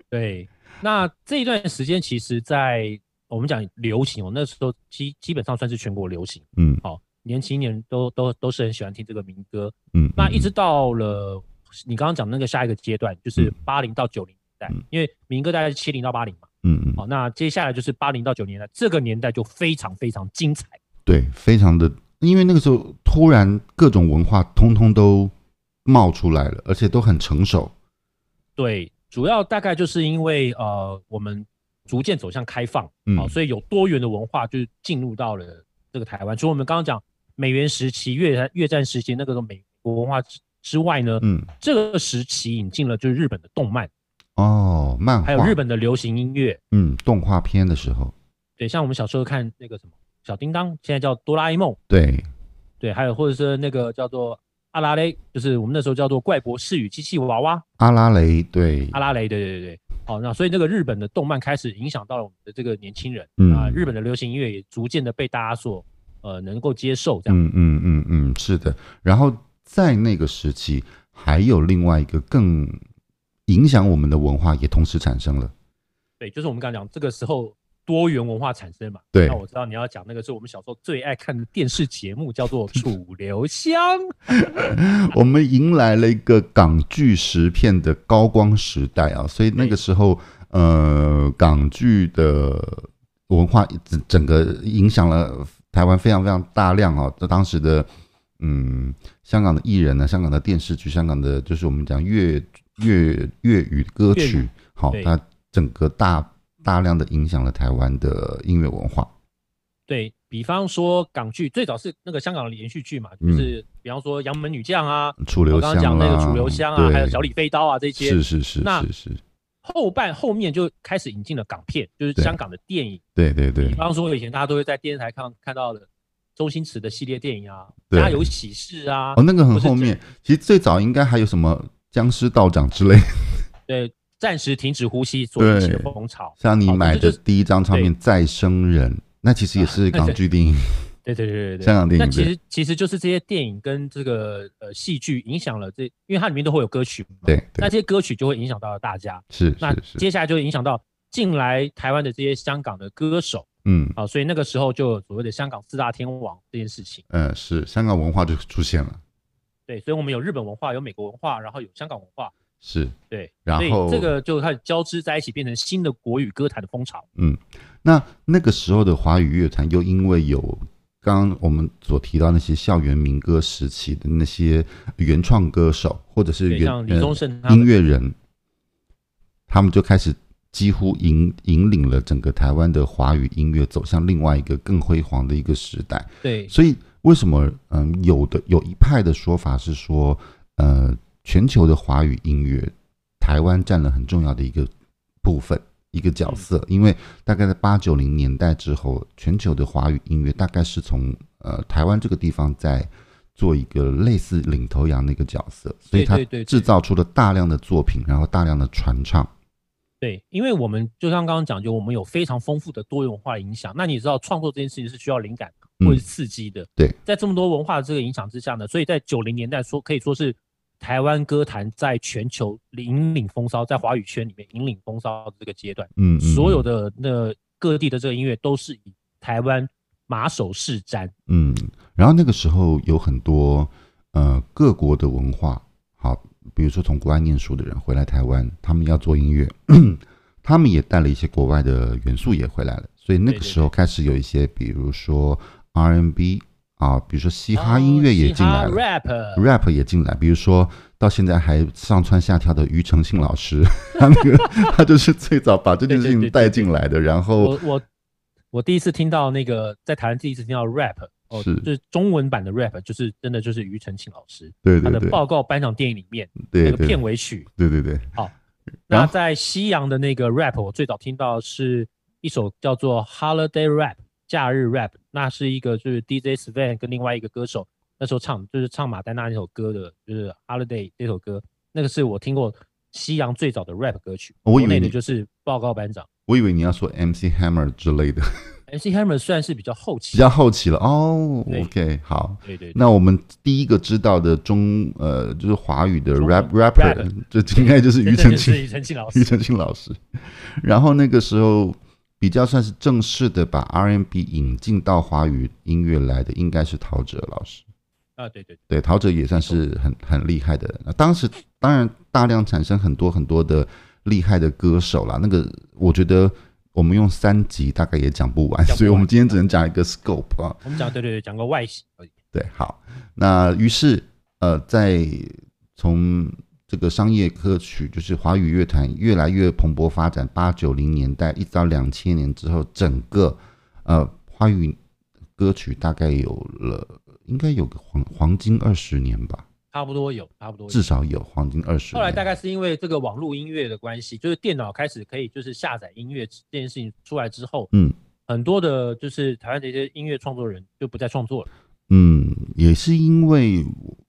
[SPEAKER 2] 对，那这一段时间其实在，我们讲流行哦，那时候基基本上算是全国流行，
[SPEAKER 1] 嗯
[SPEAKER 2] 好、年轻人都都都是很喜欢听这个民歌。
[SPEAKER 1] 嗯，
[SPEAKER 2] 那一直
[SPEAKER 1] 嗯
[SPEAKER 2] 到了你刚刚讲那个下一个阶段，就是
[SPEAKER 1] 嗯
[SPEAKER 2] 八零到九零年代
[SPEAKER 1] 嗯，
[SPEAKER 2] 因为民歌大概是七零到八零嘛，
[SPEAKER 1] 嗯嗯，
[SPEAKER 2] 好、那接下来就是八零到九零年代，这个年代就非常非常精彩。
[SPEAKER 1] 对，非常的，因为那个时候突然各种文化通通都冒出来了，而且都很成熟。
[SPEAKER 2] 对，主要大概就是因为呃，我们逐渐走向开放，好、
[SPEAKER 1] 嗯
[SPEAKER 2] 所以有多元的文化就进入到了这个台湾。除了我们刚刚讲美元时期、越越战时期那个时候美国文化之之外呢，
[SPEAKER 1] 嗯，
[SPEAKER 2] 这个时期引进了就是日本的动漫，
[SPEAKER 1] 哦，漫画，
[SPEAKER 2] 还有日，本的流行音乐。
[SPEAKER 1] 嗯，动画片的时候，
[SPEAKER 2] 对，像我们小时候看那个什么小叮当，现在叫哆啦 A 梦，
[SPEAKER 1] 对，
[SPEAKER 2] 对，还有或者是那个叫做阿拉蕾，就是我们那时候叫做怪博士与机器娃娃，
[SPEAKER 1] 阿拉蕾，对，
[SPEAKER 2] 阿拉蕾，对对对对，好，那所以这个日本的动漫开始影响到了我们的这个年轻人，
[SPEAKER 1] 嗯
[SPEAKER 2] 啊，日本的流行音乐也逐渐的被大家所呃能够接受，这样，
[SPEAKER 1] 嗯嗯嗯嗯，是的。然后在那个时期，还有另外一个更影响我们的文化也同时产生了。
[SPEAKER 2] 对，就是我们刚刚讲这个时候多元文化产生嘛，
[SPEAKER 1] 对
[SPEAKER 2] 那我知道你要讲那个是我们小时候最爱看的电视节目，叫做《楚留香》，
[SPEAKER 1] 我们迎来了一个港剧十片的高光时代啊，所以那个时候，呃，港剧的文化整整个影响了台湾非常非常大量啊，这当时的嗯，香港的艺人啊呢，香港的电视剧，香港的就是我们讲粤粤粤语歌
[SPEAKER 2] 粤
[SPEAKER 1] 曲
[SPEAKER 2] 语，
[SPEAKER 1] 好
[SPEAKER 2] 对，
[SPEAKER 1] 它整个大大量的影响了台湾的音乐文化。
[SPEAKER 2] 对比方说港剧，最早是那个香港的连续剧嘛，就
[SPEAKER 1] 嗯
[SPEAKER 2] 是比方说《杨门女将》啊，
[SPEAKER 1] 楚留
[SPEAKER 2] 我刚
[SPEAKER 1] 香
[SPEAKER 2] 刚讲那个
[SPEAKER 1] 啦
[SPEAKER 2] 楚留香啊，还有
[SPEAKER 1] 对
[SPEAKER 2] 小李飞刀啊这些。
[SPEAKER 1] 是是是
[SPEAKER 2] 那
[SPEAKER 1] 是是，
[SPEAKER 2] 后半后面就开始引进了港片，就是
[SPEAKER 1] 对
[SPEAKER 2] 香港的电影。
[SPEAKER 1] 对对对
[SPEAKER 2] 比，方说以前大家都会在电视台看看到的周星驰的系列电影啊，《
[SPEAKER 1] 对
[SPEAKER 2] 家有喜事》啊，
[SPEAKER 1] 哦，那个
[SPEAKER 2] 或
[SPEAKER 1] 很
[SPEAKER 2] 是
[SPEAKER 1] 后
[SPEAKER 2] 这
[SPEAKER 1] 面，其实最早应该还有什么僵尸道长之类，
[SPEAKER 2] 对，暂时停止呼吸所引起的
[SPEAKER 1] 对
[SPEAKER 2] 风潮。
[SPEAKER 1] 像你
[SPEAKER 2] 好
[SPEAKER 1] 买
[SPEAKER 2] 这
[SPEAKER 1] 的
[SPEAKER 2] 就哦是啊
[SPEAKER 1] 第一张唱片《再生人》，那其实也是港剧电影。
[SPEAKER 2] 对对对对对，
[SPEAKER 1] 香港电影
[SPEAKER 2] 那其
[SPEAKER 1] 对
[SPEAKER 2] 实其实就是这些电影跟这个呃戏剧影响了这，因为它里面都会有歌曲嘛。
[SPEAKER 1] 对
[SPEAKER 2] 那
[SPEAKER 1] 对，
[SPEAKER 2] 这些歌曲就会影响到了大家。
[SPEAKER 1] 是
[SPEAKER 2] 那
[SPEAKER 1] 是是，
[SPEAKER 2] 接下来就会影响到进来台湾的这些香港的歌手
[SPEAKER 1] 嗯
[SPEAKER 2] 啊，所以那个时候就有所谓的香港四大天王这件事情。
[SPEAKER 1] 呃，是香港文化就出现了，
[SPEAKER 2] 对，所以我们有日本文化，有美国文化，然后有香港文化，
[SPEAKER 1] 是。
[SPEAKER 2] 对，
[SPEAKER 1] 然
[SPEAKER 2] 所以
[SPEAKER 1] 后
[SPEAKER 2] 这个就开始交织在一起，变成新的国语歌坛的风潮。
[SPEAKER 1] 那那个时候的华语乐坛，又因为有刚刚我们所提到那些校园民歌时期的那些原创歌手，或者是
[SPEAKER 2] 对，
[SPEAKER 1] 原
[SPEAKER 2] 像李宗
[SPEAKER 1] 呃
[SPEAKER 2] 盛他
[SPEAKER 1] 音
[SPEAKER 2] 们，
[SPEAKER 1] 乐人，他们就开始几乎引引领了整个台湾的华语音乐走向另外一个更辉煌的一个时代。
[SPEAKER 2] 对
[SPEAKER 1] 所以为什么嗯，有的有一派的说法是说，呃，全球的华语音乐，台湾占了很重要的一个部分。一个角色，因为大概在八九零年代之后，全球的华语音乐大概是从呃台湾这个地方在做一个类似领头羊的一个角色，所以
[SPEAKER 2] 对
[SPEAKER 1] 它
[SPEAKER 2] 对对对
[SPEAKER 1] 制造出了大量的作品，然后大量的传唱。
[SPEAKER 2] 对，因为我们就像刚刚讲，就我们有非常丰富的多元文化影响。那你知道创作这件事情是需要灵感
[SPEAKER 1] 嗯
[SPEAKER 2] 或者是刺激的。
[SPEAKER 1] 对，
[SPEAKER 2] 在这么多文化的这个影响之下呢，所以在九零年代说可以说是台湾歌坛在全球引领风骚，在华语圈里面引领风骚的这个阶段。
[SPEAKER 1] 嗯，嗯
[SPEAKER 2] 所有
[SPEAKER 1] 嗯
[SPEAKER 2] 的那各地的这个音乐都是以台湾马首是瞻，
[SPEAKER 1] 嗯，然后那个时候有很多呃各国的文化，好，比如说从国外念书的人回来台湾，他们要做音乐， 他们也带了一些国外的元素也回来了，所以那
[SPEAKER 2] 对
[SPEAKER 1] 个
[SPEAKER 2] 对
[SPEAKER 1] 时候开始有一些，比如说 R&B 啊，比如说嘻
[SPEAKER 2] 嘻
[SPEAKER 1] 哈音乐也进来了、
[SPEAKER 2] 哦哈 rap，
[SPEAKER 1] rap 也进来，比如说到现在还上蹿下跳的庾澄庆老师， 他那个他就是最早把这件事
[SPEAKER 2] 对对对
[SPEAKER 1] 情
[SPEAKER 2] 对
[SPEAKER 1] 带进来的，然后
[SPEAKER 2] 我我我第一次听到那个在台湾第一次听到 rap，哦，
[SPEAKER 1] 是
[SPEAKER 2] 就是中文版的 rap，就是真的就是庾澄庆老师
[SPEAKER 1] 对
[SPEAKER 2] 他
[SPEAKER 1] 对
[SPEAKER 2] 的
[SPEAKER 1] 对
[SPEAKER 2] 报告颁奖电影里面
[SPEAKER 1] 对
[SPEAKER 2] 那个片
[SPEAKER 1] 对
[SPEAKER 2] 尾曲。
[SPEAKER 1] 对对对，然
[SPEAKER 2] 那
[SPEAKER 1] 后
[SPEAKER 2] 在西洋的那个 rap，我最早听到是一首叫做 Holiday Rap 假日 rap，那是一个就是 DJ Sven 跟另外一个歌手那时候唱就是唱马丹娜那首歌的，就是 Holiday 这首歌，那个是我听过西洋最早的 rap 歌曲。
[SPEAKER 1] 哦我以为
[SPEAKER 2] 国内的
[SPEAKER 1] 你
[SPEAKER 2] 就是报告班长
[SPEAKER 1] 我以为你要说 MC Hammer 之类的。
[SPEAKER 2] MC Hammer 虽然是比较后期，
[SPEAKER 1] 比较后期了哦。
[SPEAKER 2] 对
[SPEAKER 1] OK，好，
[SPEAKER 2] 对对对
[SPEAKER 1] 那我们第一个知道的中呃就是华语的
[SPEAKER 2] 中
[SPEAKER 1] rap
[SPEAKER 2] 文
[SPEAKER 1] rapper，这应该就是庾澄
[SPEAKER 2] 真的就
[SPEAKER 1] 庆，
[SPEAKER 2] 是庾澄庆老师
[SPEAKER 1] 庾。澄庆老师。然后那个时候比较算是正式的把 R&B 引进到华语音乐来的，应该是陶喆老师。
[SPEAKER 2] 啊，对对
[SPEAKER 1] 对，陶喆也算是很很厉害的。那当时当然大量产生很多很多的厉害的歌手啦。那个我觉得我们用三集大概也讲不完，
[SPEAKER 2] 讲不
[SPEAKER 1] 所以我们
[SPEAKER 2] 完
[SPEAKER 1] 今天只能讲一个 scope 啊。
[SPEAKER 2] 我们讲对对对，讲个外形而已。
[SPEAKER 1] 对，好，那于是呃，在从这个商业歌曲，就是华语乐坛越来越蓬勃发展，八九零年代一直到两千年之后，整个呃华语歌曲大概有了，应该有个黄黄金二十年吧，
[SPEAKER 2] 差不多有，差不多有
[SPEAKER 1] 至。少有黄金二十年。
[SPEAKER 2] 后来大概是因为这个网络音乐的关系，就是电脑开始可以就是下载音乐这件事情出来之后，
[SPEAKER 1] 嗯，
[SPEAKER 2] 很多的就是台湾的一些音乐创作人就不再创作了。
[SPEAKER 1] 嗯，也是因为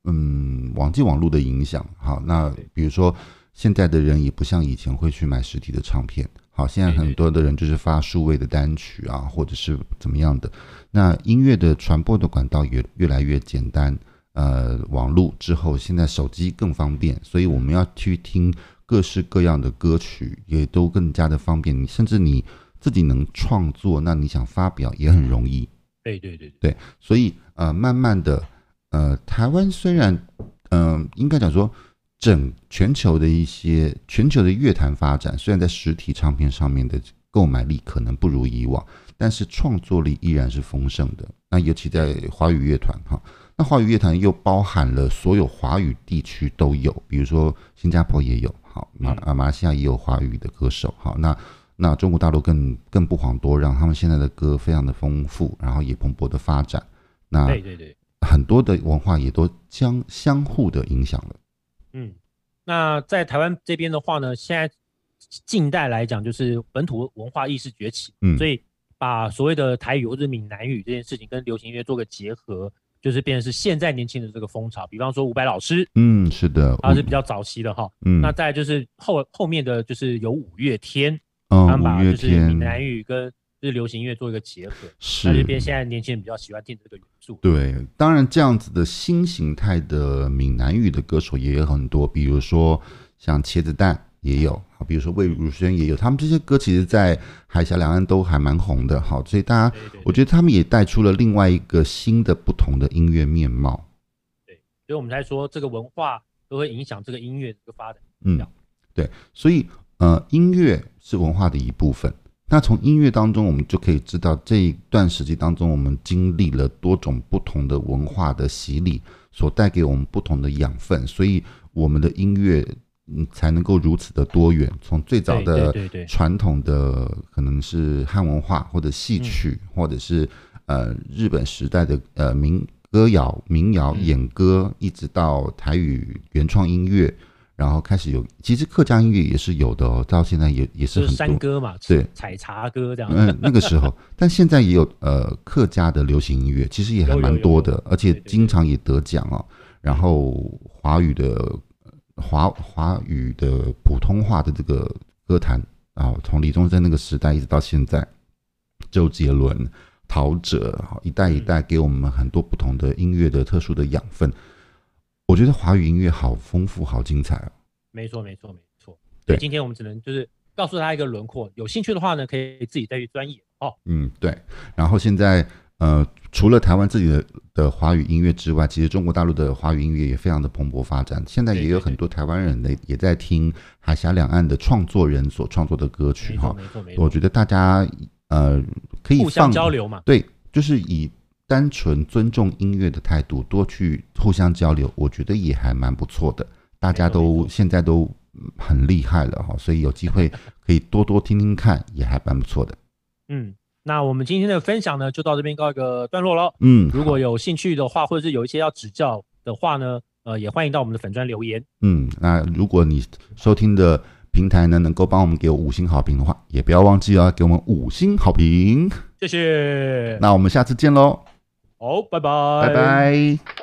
[SPEAKER 1] 嗯网际网络的影响。好，那
[SPEAKER 2] 对
[SPEAKER 1] 比如说现在的人也不像以前会去买实体的唱片。好，现在
[SPEAKER 2] 对对
[SPEAKER 1] 很多的人就是发数位的单曲啊，或者是怎么样的。那音乐的传播的管道也越来越简单。呃，网络之后，现在手机更方便，所以我们要去听各式各样的歌曲，也都更加的方便。你甚至你自己能创作，那你想发表也很容易。
[SPEAKER 2] 对对对对，
[SPEAKER 1] 所以呃，慢慢的，呃，台湾虽然，嗯、应该讲说，整全球的一些全球的乐坛发展，虽然在实体唱片上面的购买力可能不如以往，但是创作力依然是丰盛的。那尤其在华语乐团哈，那华语乐坛又包含了所有华语地区都有，比如说新加坡也有，好马啊马来西亚也有华语的歌手，好那那中国大陆更更不遑多让，他们现在的歌非常的丰富，然后也蓬勃的发展，那
[SPEAKER 2] 对对对，
[SPEAKER 1] 很多的文化也都相相互的影响了。
[SPEAKER 2] 嗯，那在台湾这边的话呢，现在近代来讲就是本土文化意识崛起，
[SPEAKER 1] 嗯
[SPEAKER 2] 所以把所谓的台语或者闽南语这件事情跟流行音乐做个结合，就是变成是现在年轻人的这个风潮。比方说伍佰老师，
[SPEAKER 1] 嗯，是的，
[SPEAKER 2] 他啊是
[SPEAKER 1] 五
[SPEAKER 2] 比较早期的哈。
[SPEAKER 1] 嗯，
[SPEAKER 2] 那再来就是后后面的就是有五月天，他
[SPEAKER 1] 嗯
[SPEAKER 2] 们把
[SPEAKER 1] 五
[SPEAKER 2] 就
[SPEAKER 1] 月
[SPEAKER 2] 是闽
[SPEAKER 1] 天
[SPEAKER 2] 南语啊跟就是流行音乐做一个结合，那
[SPEAKER 1] 是
[SPEAKER 2] 就变现在年轻人比较喜欢听这个元素。
[SPEAKER 1] 对，当然这样子的新形态的闽南语的歌手也有很多，比如说像茄子蛋也有，好，比如说魏如萱也有，他们这些歌其实，在海峡两岸都还蛮红的，好，所以大家
[SPEAKER 2] 对对
[SPEAKER 1] 我觉得他们也带出了另外一个新的不同的音乐面貌。
[SPEAKER 2] 所以我们才说这个文化都会影响这个音乐的一个发展。
[SPEAKER 1] 嗯
[SPEAKER 2] 这样，
[SPEAKER 1] 对，所以呃，音乐是文化的一部分。那从音乐当中，我们就可以知道这一段时期当中，我们经历了多种不同的文化的洗礼，所带给我们不同的养分，所以我们的音乐嗯才能够如此的多元。从最早
[SPEAKER 2] 对
[SPEAKER 1] 的
[SPEAKER 2] 对对对
[SPEAKER 1] 传统的可能是汉文化或者戏曲，
[SPEAKER 2] 嗯
[SPEAKER 1] 或者是呃日本时代的呃民歌谣、民谣、
[SPEAKER 2] 嗯
[SPEAKER 1] 演歌，一直到台语原创音乐，然后开始有，其实客家音乐也是有的哦，到现在也也是
[SPEAKER 2] 就是
[SPEAKER 1] 很
[SPEAKER 2] 山
[SPEAKER 1] 多。
[SPEAKER 2] 歌嘛，
[SPEAKER 1] 对
[SPEAKER 2] 采茶歌这样。
[SPEAKER 1] 嗯，那个 时候，但现在也有呃客家的流行音乐，其实也还
[SPEAKER 2] 有有
[SPEAKER 1] 蛮
[SPEAKER 2] 有
[SPEAKER 1] 多
[SPEAKER 2] 有
[SPEAKER 1] 的，而且
[SPEAKER 2] 对对
[SPEAKER 1] 经常也得奖哦。然后华语的华华语的普通话的这个歌坛啊，从李宗盛那个时代一直到现在，周杰伦、陶喆啊一代一代给我们很多不同的音乐的特殊的养分。我觉得华语音乐好丰富，好精彩哦。
[SPEAKER 2] 没错，没错，没错。
[SPEAKER 1] 对
[SPEAKER 2] 所以今天我们只能就是告诉大家一个轮廓，有兴趣的话呢，可以自己再去钻研哦。
[SPEAKER 1] 嗯，对。然后现在呃，除了台湾自己的的华语音乐之外，其实中国大陆的华语音乐也非常的蓬勃发展。现在
[SPEAKER 2] 对
[SPEAKER 1] 也
[SPEAKER 2] 对
[SPEAKER 1] 有很多台湾人的也在听海峡两岸的创作人所创作的歌曲
[SPEAKER 2] 没
[SPEAKER 1] 哈
[SPEAKER 2] 错，。没错，没
[SPEAKER 1] 我
[SPEAKER 2] 错，
[SPEAKER 1] 觉得大家呃可以
[SPEAKER 2] 互相
[SPEAKER 1] 放
[SPEAKER 2] 交流嘛。
[SPEAKER 1] 对，就是以单纯尊重音乐的态度，多去互相交流，我觉得也还蛮不错的。大家
[SPEAKER 2] 没错没
[SPEAKER 1] 都
[SPEAKER 2] 错
[SPEAKER 1] 现在都嗯很厉害了哈，所以有机会可以多多听听看，也还蛮不错的。
[SPEAKER 2] 嗯，那我们今天的分享呢，就到这边告一个段落喽。
[SPEAKER 1] 嗯，
[SPEAKER 2] 如
[SPEAKER 1] 好
[SPEAKER 2] 果有兴趣的话，或者是有一些要指教的话呢，呃，也欢迎到我们的粉专留言。
[SPEAKER 1] 嗯，那如果你收听的平台呢，能够帮我们给我五星好评的话，也不要忘记要给我们五星好评。
[SPEAKER 2] 谢谢。
[SPEAKER 1] 那我们下次见喽，
[SPEAKER 2] 好，拜
[SPEAKER 1] 拜拜